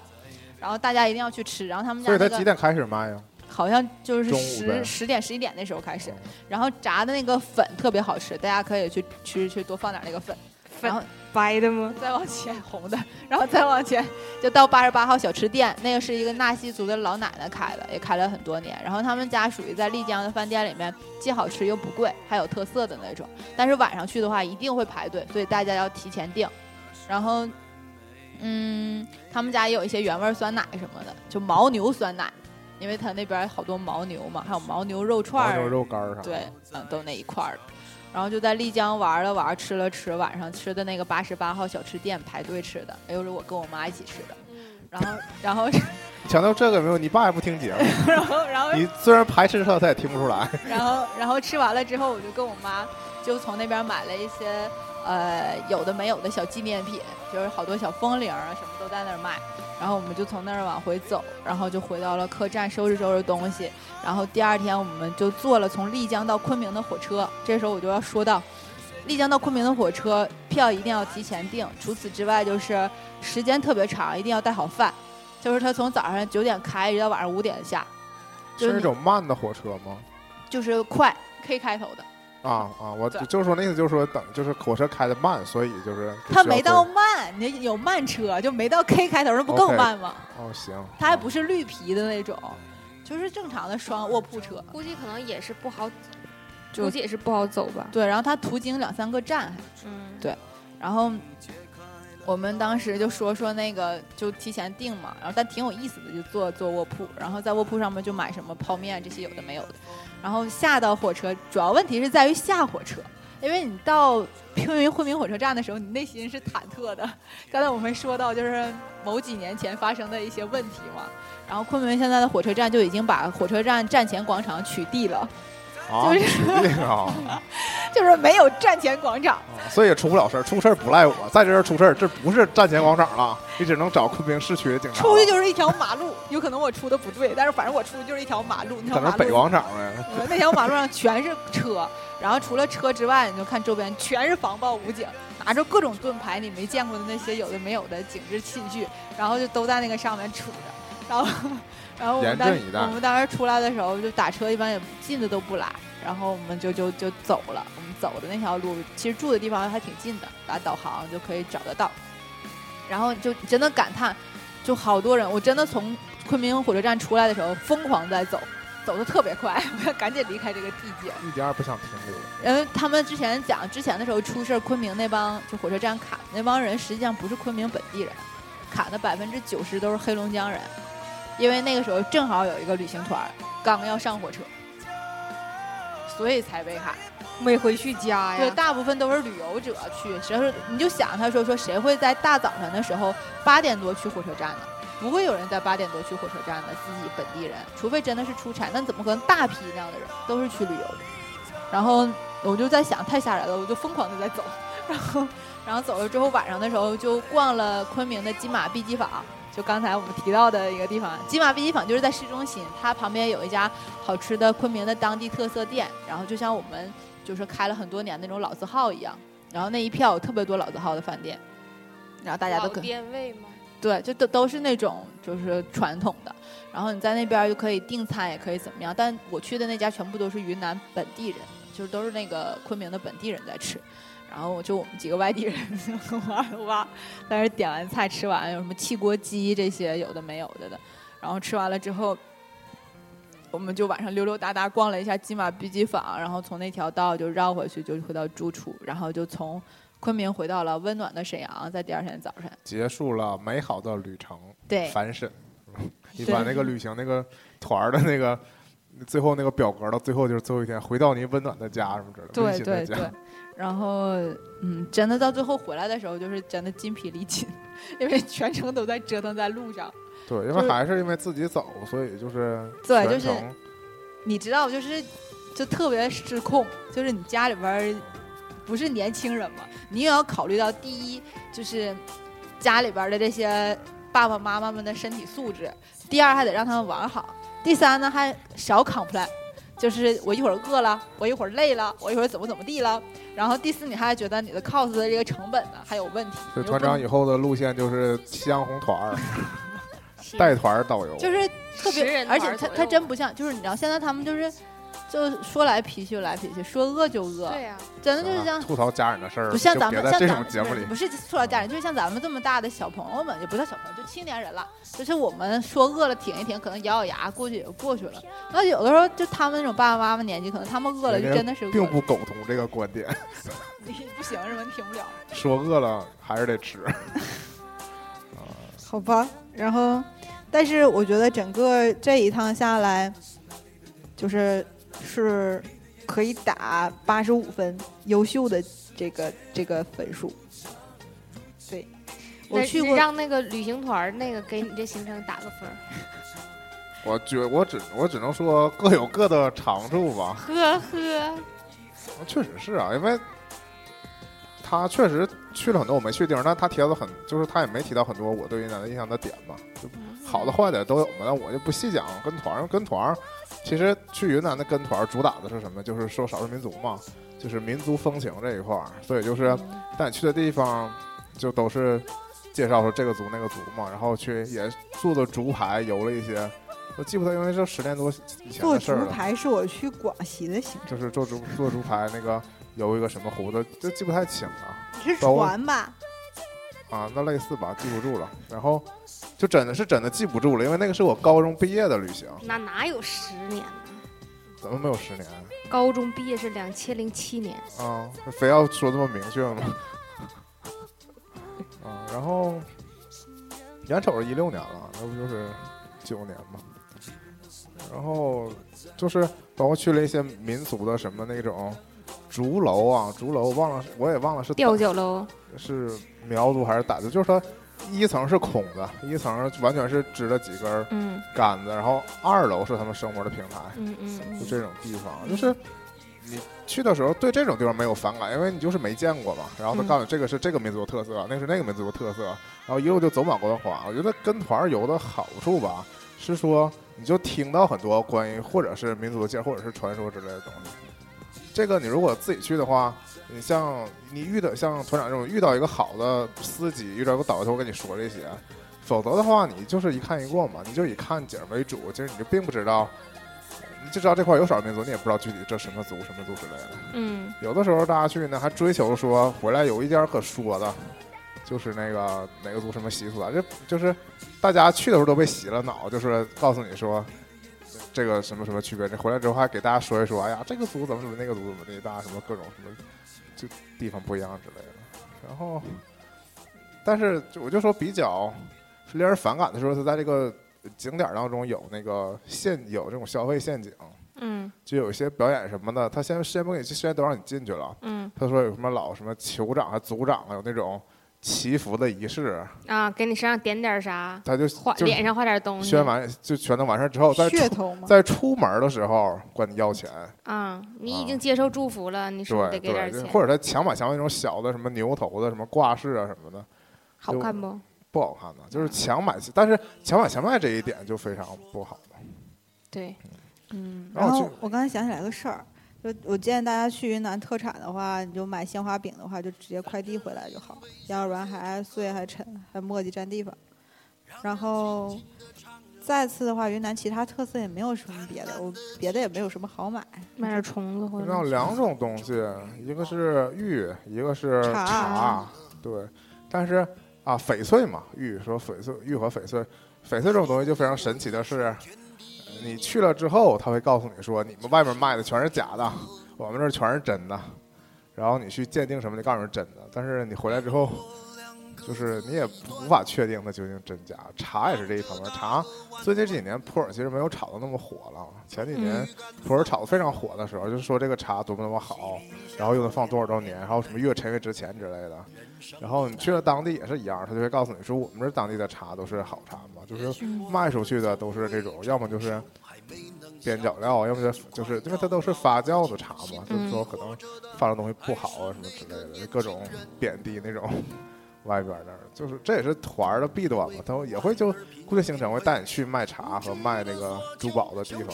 S4: 然后大家一定要去吃。然后他们家
S3: 所以
S4: 那
S3: 他几
S4: 个
S3: 点开始卖呀？哦
S4: 好像就是
S3: 中午
S4: 十
S3: 呗
S4: 十点十一点那时候开始，然后炸的那个粉特别好吃，大家可以去去去多放点那个粉，
S1: 粉
S4: 然后
S1: 白的吗？
S4: 再往前红的，然后再往前就到八十八号小吃店，那个是一个纳西族的老奶奶开的，也开了很多年。然后他们家属于在丽江的饭店里面，既好吃又不贵，还有特色的那种。但是晚上去的话一定会排队，所以大家要提前订。然后，嗯，他们家也有一些原味酸奶什么的，就牦牛酸奶，因为他那边好多牦牛嘛，还有牦牛肉串
S3: 黄
S4: 儿
S3: 牛，肉干儿啥？
S4: 对，，嗯，都那一块儿的。然后就在丽江玩了玩，吃了吃，晚上吃的那个八十八号小吃店排队吃的，哎又是我跟我妈一起吃的。
S1: 嗯
S4: 然后，然后， *laughs*
S3: 强调这个没有，你爸也不听节目，
S4: 然后，然后，
S3: 你虽然排斥他，他也听不出来。
S4: 然后，然后吃完了之后，我就跟我妈就从那边买了一些呃有的没有的小纪念品，就是好多小风铃啊什么都在那儿卖。然后我们就从那儿往回走，然后就回到了客栈收拾收拾东西。然后第二天我们就坐了从丽江到昆明的火车。这时候我就要说到，丽江到昆明的火车票一定要提前订。除此之外，就是时间特别长，一定要带好饭。就是它从早上九点开，一直到晚上五点下， *laughs* 就是是
S3: 那
S4: 你
S3: 种慢的火车吗？
S4: 就是快 K 开头的。
S3: 啊啊，我
S4: 对
S3: 就是说那意思就是说等就是火车开的慢，所以就是不需
S4: 它
S3: 要
S4: 没到
S3: 会
S4: 慢，你有慢车，就没到 K 开头，那不更
S3: OK
S4: 慢吗？
S3: 哦
S4: *laughs*
S3: 行，
S4: 它还不是绿皮的那种，就是正常的双卧铺车。
S1: 估计可能也是不好，
S4: 就
S1: 估计也是不好走吧。
S4: 对，然后它途经两三个站，
S1: 嗯，
S4: 对然后我们当时就说说那个就提前订嘛，然后但挺有意思的，就坐坐卧铺，然后在卧铺上面就买什么泡面这些有的没有的，然后下到火车，主要问题是在于下火车。因为你到昆明昆明火车站的时候，你内心是忐忑的。刚才我们说到，就是某几年前发生的一些问题嘛。然后昆明现在的火车站就已经把火车站站前广场取缔了， *laughs*
S3: 啊，
S4: 就
S3: 指定啊，
S4: 就是没有站前广场。
S3: 啊所以也出不了事儿，出事儿不赖我，在这儿出事儿，这不是站前广场了，你只能找昆明市区的警察了，
S4: 出去就是一条马路，有可能我出的不对，但是反正我出去就是一条马路，那条
S3: 可能
S4: 马
S3: 是北
S4: 路，
S3: 广场呗，
S2: 呃
S4: 我那条马路上全是车，然后除了车之外，你就看周边全是防暴武警，拿着各种盾牌，你没见过的那些有的没有的警示器具，然后就都在那个上面杵着，然后，然后我们 *laughs*
S3: 严
S4: 当
S3: 阵以待
S4: 我们当时出来的时候就打车，一般也进的都不来，然后我们就就就走了。我们走的那条路，其实住的地方还挺近的，打导航就可以找得到。然后就真的感叹，就好多人，我真的从昆明火车站出来的时候疯狂在走，走的特别快， *laughs* 我要赶紧离开这个地界。
S3: 一点儿也不想停留。
S4: 因为呃他们之前讲，之前的时候出事儿，昆明那帮就火车站卡的那帮人，实际上不是昆明本地人，卡的百分之九十都是黑龙江人，因为那个时候正好有一个旅行团儿刚要上火车，所以才被卡。
S1: 没回去家
S4: 对，
S1: 呀。
S4: 大部分都是旅游者去，谁说你就想他说说谁会在大早上的时候八点多去火车站呢？不会有人在八点多去火车站的，自己本地人，除非真的是出差，那怎么可能大批量的人都是去旅游的？然后我就在想，太吓人了，我就疯狂的在走，然后然后走了之后，晚上的时候就逛了昆明的金马碧鸡坊，就刚才我们提到的一个地方，金马碧鸡坊就是在市中心，它旁边有一家好吃的昆明的当地特色店，然后就像我们就是开了很多年那种老字号一样，然后那一片有特别多老字号的饭店，然后大家都
S1: 老
S4: 可
S1: 店位吗？
S4: 对，就都都是那种就是传统的，然后你在那边儿就可以订餐，也可以怎么样。但我去的那家全部都是云南本地人，就是都是那个昆明的本地人在吃。然后我就我们几个外地人 *laughs* 跟我二瓜，在那儿点完菜吃完，有什么汽锅鸡这些有的没有的的。然后吃完了之后，我们就晚上溜溜达达逛了一下金马碧鸡坊，然后从那条道就绕回去，就回到住处，然后就从昆明回到了温暖的沈阳，在第二天早晨。
S3: 结束了美好的旅程，
S4: 对，*laughs*
S3: 烦审。你
S4: 对
S3: 把那个旅行那个团儿的那个最后那个表格到最后就是最后一天，回到您温暖的家什么之类的，温
S4: 对
S3: 馨
S4: 对
S3: 的家。
S4: 对，然后嗯，真的到最后回来的时候，就是真的筋疲力尽， *laughs* 因为全程都在折腾在路上。
S3: 对
S4: 就
S3: 因
S4: 是
S3: 为还是因为自己走，所以就是
S4: 对
S3: 全
S4: 就是
S3: 程
S4: 你知道，就是就特别失控，就是你家里边儿不是年轻人嘛，你也要考虑到第一就是家里边儿的这些爸爸妈妈们的身体素质，第二还得让他们玩好，第三呢还少 complain。就是我一会儿饿了，我一会儿累了，我一会儿怎么怎么地了，然后第四你还觉得你的 cos 的这个成本呢还有问题，
S3: 所以
S4: 你又
S3: 团
S4: 不能
S3: 长以后的路线就是江红
S4: *laughs*
S3: 团儿、带团儿导游，
S4: 就是特
S1: 十
S4: 别，
S1: 人
S4: 而
S1: 团
S4: 且
S1: 儿
S4: 他
S1: 左
S4: 他
S1: 右
S4: 真不像，就是你知道，现在他们就是就说来脾气就来脾气，说饿就饿，
S1: 对呀，
S4: 真的就是
S3: 啊
S4: 这样。
S3: 吐槽家人的事儿，
S4: 不像
S3: 就
S4: 咱
S3: 别
S4: 们像
S3: 在这
S4: 咱
S3: 种
S4: 们
S3: 节目里嗯
S4: 不是塑料家人，就是像咱们这么大的小朋友们，也不叫小朋友，就青年人了。就是我们说饿了挺一挺，可能咬咬牙过去也就过去了。那有的时候就他们那种爸爸妈妈年纪，可能他们饿了就
S3: 人家
S4: 真的是饿
S3: 并
S4: 了，
S3: 不苟同这个观点， *laughs*
S4: 你不行，什么停不了。
S3: 说饿了还是得吃。
S2: 好吧，然后，但是我觉得整个这一趟下来，就是是可以打八十五分，优秀的这个这个分数。对，我
S1: 那
S2: 去
S1: 你
S2: 过，
S1: 让那个旅行团儿那个给你这行程打个分儿。
S3: 我觉我只我只能说各有各的长处吧，
S1: 呵呵，
S3: 确实是啊，因为他确实去了很多我没去的地方，但他提到的很，就是他也没提到很多我对云南的印象的点嘛，就
S1: 嗯
S3: 好的坏的都有嘛，但我就不细讲跟团儿，因为跟团儿其实去云南的跟团儿主打的是什么？就是受少数民族嘛，就是民族风情这一块儿，所以就是
S2: 嗯
S3: 带你去的地方就都是介绍说这个族那个族嘛，然后去也做的竹排游了一些，我记不得，因为是十年多以前
S2: 做
S3: 的事
S2: 竹
S3: 儿啊了。
S2: 排是我去广西的行
S3: 就是做竹做竹排那个有一个什么胡子，就记不太清了
S2: 程，是
S3: 走
S2: 船吧？
S3: 啊，那类似吧，记不住了。然后就真的是真的记不住了，因为那个是我高中毕业的旅行，
S1: 哪哪有十年呢？
S3: 怎么没有十年
S1: 高中毕业是两千零七年，
S3: 啊？非要说这么明确吗？ *laughs* 啊，然后眼瞅着一六年了，那不就是九年吗？然后就是包括去了一些民族的什么那种竹楼啊，竹楼忘了是我也忘了是
S1: 吊脚楼，
S3: 是苗族还是傣族，就是它一层是空的，一层完全是支了几根
S1: 嗯
S3: 杆子，然后二楼是他们生活的平台，
S1: 嗯嗯嗯
S3: 就这种地方，就是你去的时候对这种地方没有反感，因为你就是没见过嘛。然后他
S1: 嗯
S3: 告诉你这个是这个民族的特色，那是那个民族的特色，然后一路就走马观花。我觉得跟团游的好处吧，是说你就听到很多关于或者是民族的介绍，或者是传说之类的东西。这个你如果自己去的话，你像你遇到像团长这种遇到一个好的司机，遇到一个导游跟你说这些，否则的话你就是一看一过嘛，你就以看景儿为主，其实你就并不知道你就知道这块有少数民族，你也不知道具体这什么族什么族之类的。
S1: 嗯
S3: 有的时候大家去呢，还追求说回来有一家可说的，就是那个哪个族什么习俗啊，这就是大家去的时候都被洗了脑，就是告诉你说这个什么什么区别，你回来之后还给大家说一说，哎呀，这个族怎么怎么，那个族怎么地，大家什么各种什么，就地方不一样之类的。然后，但是就我就说比较令人反感的时候，是在这个景点儿当中有那个陷有这种消费陷阱。
S1: 嗯
S3: 就有一些表演什么的，他先先不给你进，先都让你进去了。
S1: 嗯
S3: 他说有什么老什么酋长啊、族长啊，有那种祈福的仪式，
S1: 啊，给你身上点点啥，
S3: 他就
S1: 画
S3: 就
S1: 脸上画点东西，
S3: 宣完就全都完事儿之后，再
S2: 噱
S3: 出
S2: 头嘛，
S3: 再出门的时候管你要钱，
S1: 啊，你已
S3: 啊
S1: 经接受祝福了，你是不是得
S3: 对
S1: 给点
S3: 对，
S1: 钱
S3: 就？或者他强买强卖那种小的什么牛头的什么挂饰啊什么的，
S1: 好
S3: 就
S1: 看不？
S3: 不好看的，
S1: 嗯
S3: 就是强买，但是强买强卖这一点就非常不好了。
S1: 对，
S2: 嗯，
S3: 然
S2: 然
S3: 后
S2: 后我刚才想起来个事儿，就我建议大家去云南特产的话，你就买鲜花饼的话，就直接快递回来就好，要不然还碎还沉，还磨叽占地方。然后再次的话，云南其他特色也没有什么别的，我别的也没有什么好买。
S1: 买点虫子或
S3: 那有
S1: 者
S3: 两种东西，一个是玉，一个是
S2: 茶
S3: 茶，
S1: 啊
S3: 对。但是啊，翡翠嘛，玉说翡翠，玉和翡翠，翡翠这种东西就非常神奇的是，你去了之后，他会告诉你说，你们外面卖的全是假的，我们这儿全是真的。然后你去鉴定什么的，告诉你是真的，但是你回来之后，就是你也无法确定它究竟真假。茶也是这一方面，茶最近这几年普洱其实没有炒的那么火了，前几年
S1: 嗯
S3: 普洱炒的非常火的时候，就是说这个茶多么多么好，然后又能放多少多少年，然后什么越陈越值钱之类的。然后你去了当地也是一样，他就会告诉你说，我们这当地的茶都是好茶嘛，就是卖出去的都是这种，要么就是边角料，要么就是就是因为它都是发酵的茶嘛，就是说可能发的东西不好啊什么之类的，就各种贬低那种外边儿的，就是这也是团儿的弊端嘛，他也会就固定行程会带你去卖茶和卖那个珠宝的地方，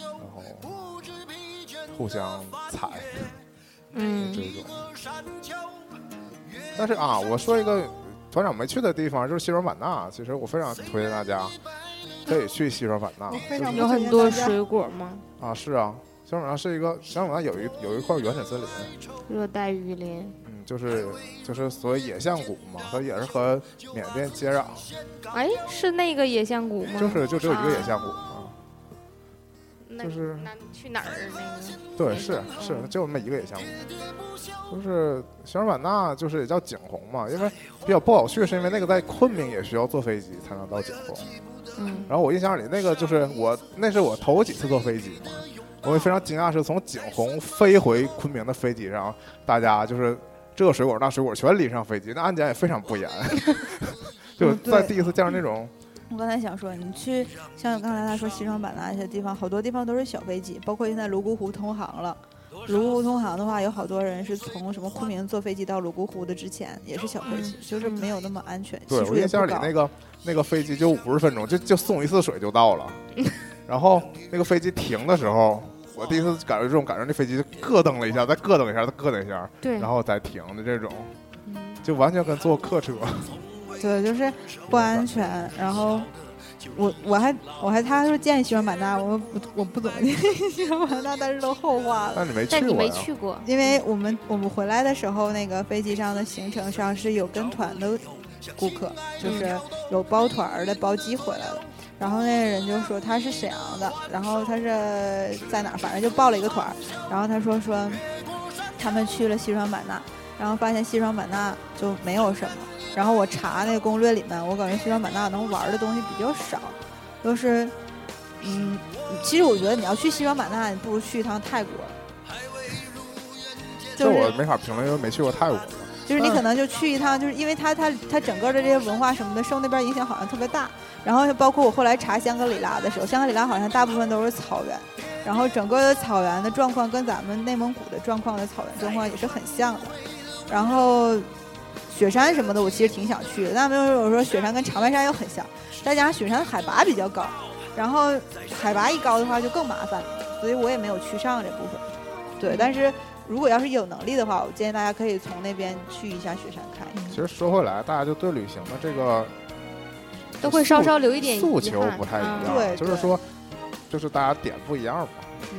S3: 然后互相踩。这
S1: 嗯
S3: 种。但是啊，我说一个团长没去的地方，就是西双版纳。其实我非常推荐大家可以去西双版纳。
S2: 我哦非常
S3: 就是
S1: 有很多水果吗？
S3: 啊，是啊，西双版纳是一个西双版纳有一有一块原始森林，
S1: 热带雨林
S3: 嗯，就是就是所谓野象谷嘛，它也是和缅甸接壤，
S1: 哎，是那个野象谷吗？
S3: 就是就只有一个野象谷啊。
S1: 那
S3: 就是
S1: 那你去哪儿那个？
S3: 对，是是，就那么一个野象谷，就是西双版纳，就是也叫景洪嘛，因为比较不好去，是因为那个在昆明也需要坐飞机才能到景洪。
S1: 嗯
S3: 然后我印象里那个就是我，那是我头几次坐飞机嘛，我也非常惊讶，是从景洪飞回昆明的飞机上，大家就是这水果那水果全拎上飞机，那安检也非常
S2: *laughs*
S3: 不严，就
S2: 嗯对
S3: 在第一次见着那种，
S2: 我刚才想说，你去像刚才他说西双版纳一些地方，好多地方都是小飞机，包括现在泸沽湖通航了。泸沽湖通航的话，有好多人是从什么昆明坐飞机到泸沽湖的，之前也是小飞
S4: 嗯
S2: 机，就是没有那么安全，
S3: 对
S2: 系数
S3: 我
S2: 也
S3: 印
S2: 不
S3: 象里
S2: 高。
S3: 那个那个飞机就五十分钟，就就送一次水就到了，
S1: 嗯
S3: 然后那个飞机停的时候。我第一次感受这种感受，那飞机就咯噔了一下，再咯噔一下，再咯噔一下，
S1: 对
S3: 然后再停的这种，
S2: 嗯
S3: 就完全跟坐客车。
S2: 对，就是不安全。然后我我还我还他说建议西双版纳，我不我不怎么建议西双版纳，但是都后话了。
S3: 但你没去
S1: *laughs* 但你
S3: 过
S1: 没
S3: 呀？
S1: 去过，
S2: 因为我们我们回来的时候，那个飞机上的行程上是有跟团的顾客，就是有包团儿的包机回来的。然后那个人就说他是沈阳的，然后他是在哪儿，反正就报了一个团儿。然后他说说他们去了西双版纳，然后发现西双版纳就没有什么。然后我查那个攻略里面，我感觉西双版纳能玩的东西比较少，都是嗯，其实我觉得你要去西双版纳，你不如去一趟泰国。就
S3: 这
S2: 是
S3: 我没法评论，因为没去过泰国。
S2: 就是你可能就去一趟，就是因为它它它整个的这些文化什么的受那边影响好像特别大。然后包括我后来查香格里拉的时候，香格里拉好像大部分都是草原，然后整个的草原的状况跟咱们内蒙古的状况的草原状况也是很像的。然后雪山什么的，我其实挺想去的，但没有我说雪山跟长白山又很像，再加上雪山海拔比较高，然后海拔一高的话就更麻烦，所以我也没有去上这部分。对，但是如果要是有能力的话，我建议大家可以从那边去一下雪山看一下。
S3: 其实说回来，大家就对旅行的这个
S1: 都会稍稍留一点
S3: 诉
S1: 遗
S3: 求
S1: 憾
S3: 不太一样，
S1: 啊
S2: 对
S3: 就是说，就是大家点不一样嘛，
S2: 嗯，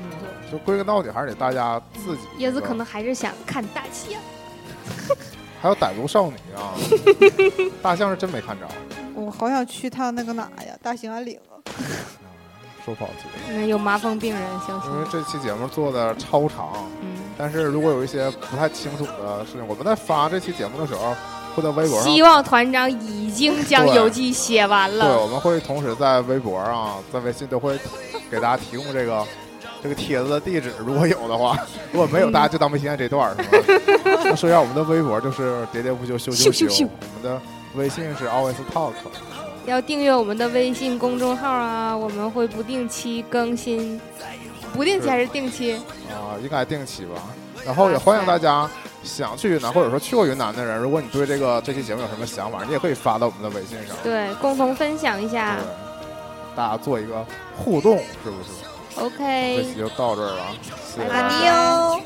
S3: 就归根到底还是得大家自己
S1: 椰子
S3: 这个
S1: 可能还是想看大啊象。
S3: 还有傣族少女
S1: *laughs*
S3: 啊，大象是真没看着，
S4: 我好想去趟那个哪儿呀，大兴安岭啊！
S3: 说不好听，
S1: 那嗯有麻风病人，相信
S3: 因为
S1: 我。
S3: 这期节目做的超长，
S1: 嗯，
S3: 但是如果有一些不太清楚的事情，我们在发这期节目的时候，会在微博上
S1: 希，望团长已经将
S3: 对
S1: 游记写完
S3: 对，
S1: 了。
S3: 我们会同时在微博啊，在微信都会给大家提供这个这个帖子的地址，如果有
S1: *laughs*
S3: 的话，如果没有，大家就当没听见这段儿，是吗？那说一下我们的微博就是喋喋不休，休
S1: 咻咻
S3: 休，
S1: 咻
S3: 我们的微信是 always talk，
S1: 要订阅我们的微信公众号啊，我们会不定期更新，不定期还是定期？
S3: 啊、应该定期吧。然后也欢迎大家想去云南或者说去过云南的人，如果你对这个这期节目有什么想法，你也可以发到我们的微信上，
S1: 对，啊共同分享一下。
S3: 对大家做一个互动，是不是？这
S1: OK，哦
S3: 期就到这儿了，谢谢
S1: 拜
S3: 大
S1: 拜
S3: 家。
S4: 哟。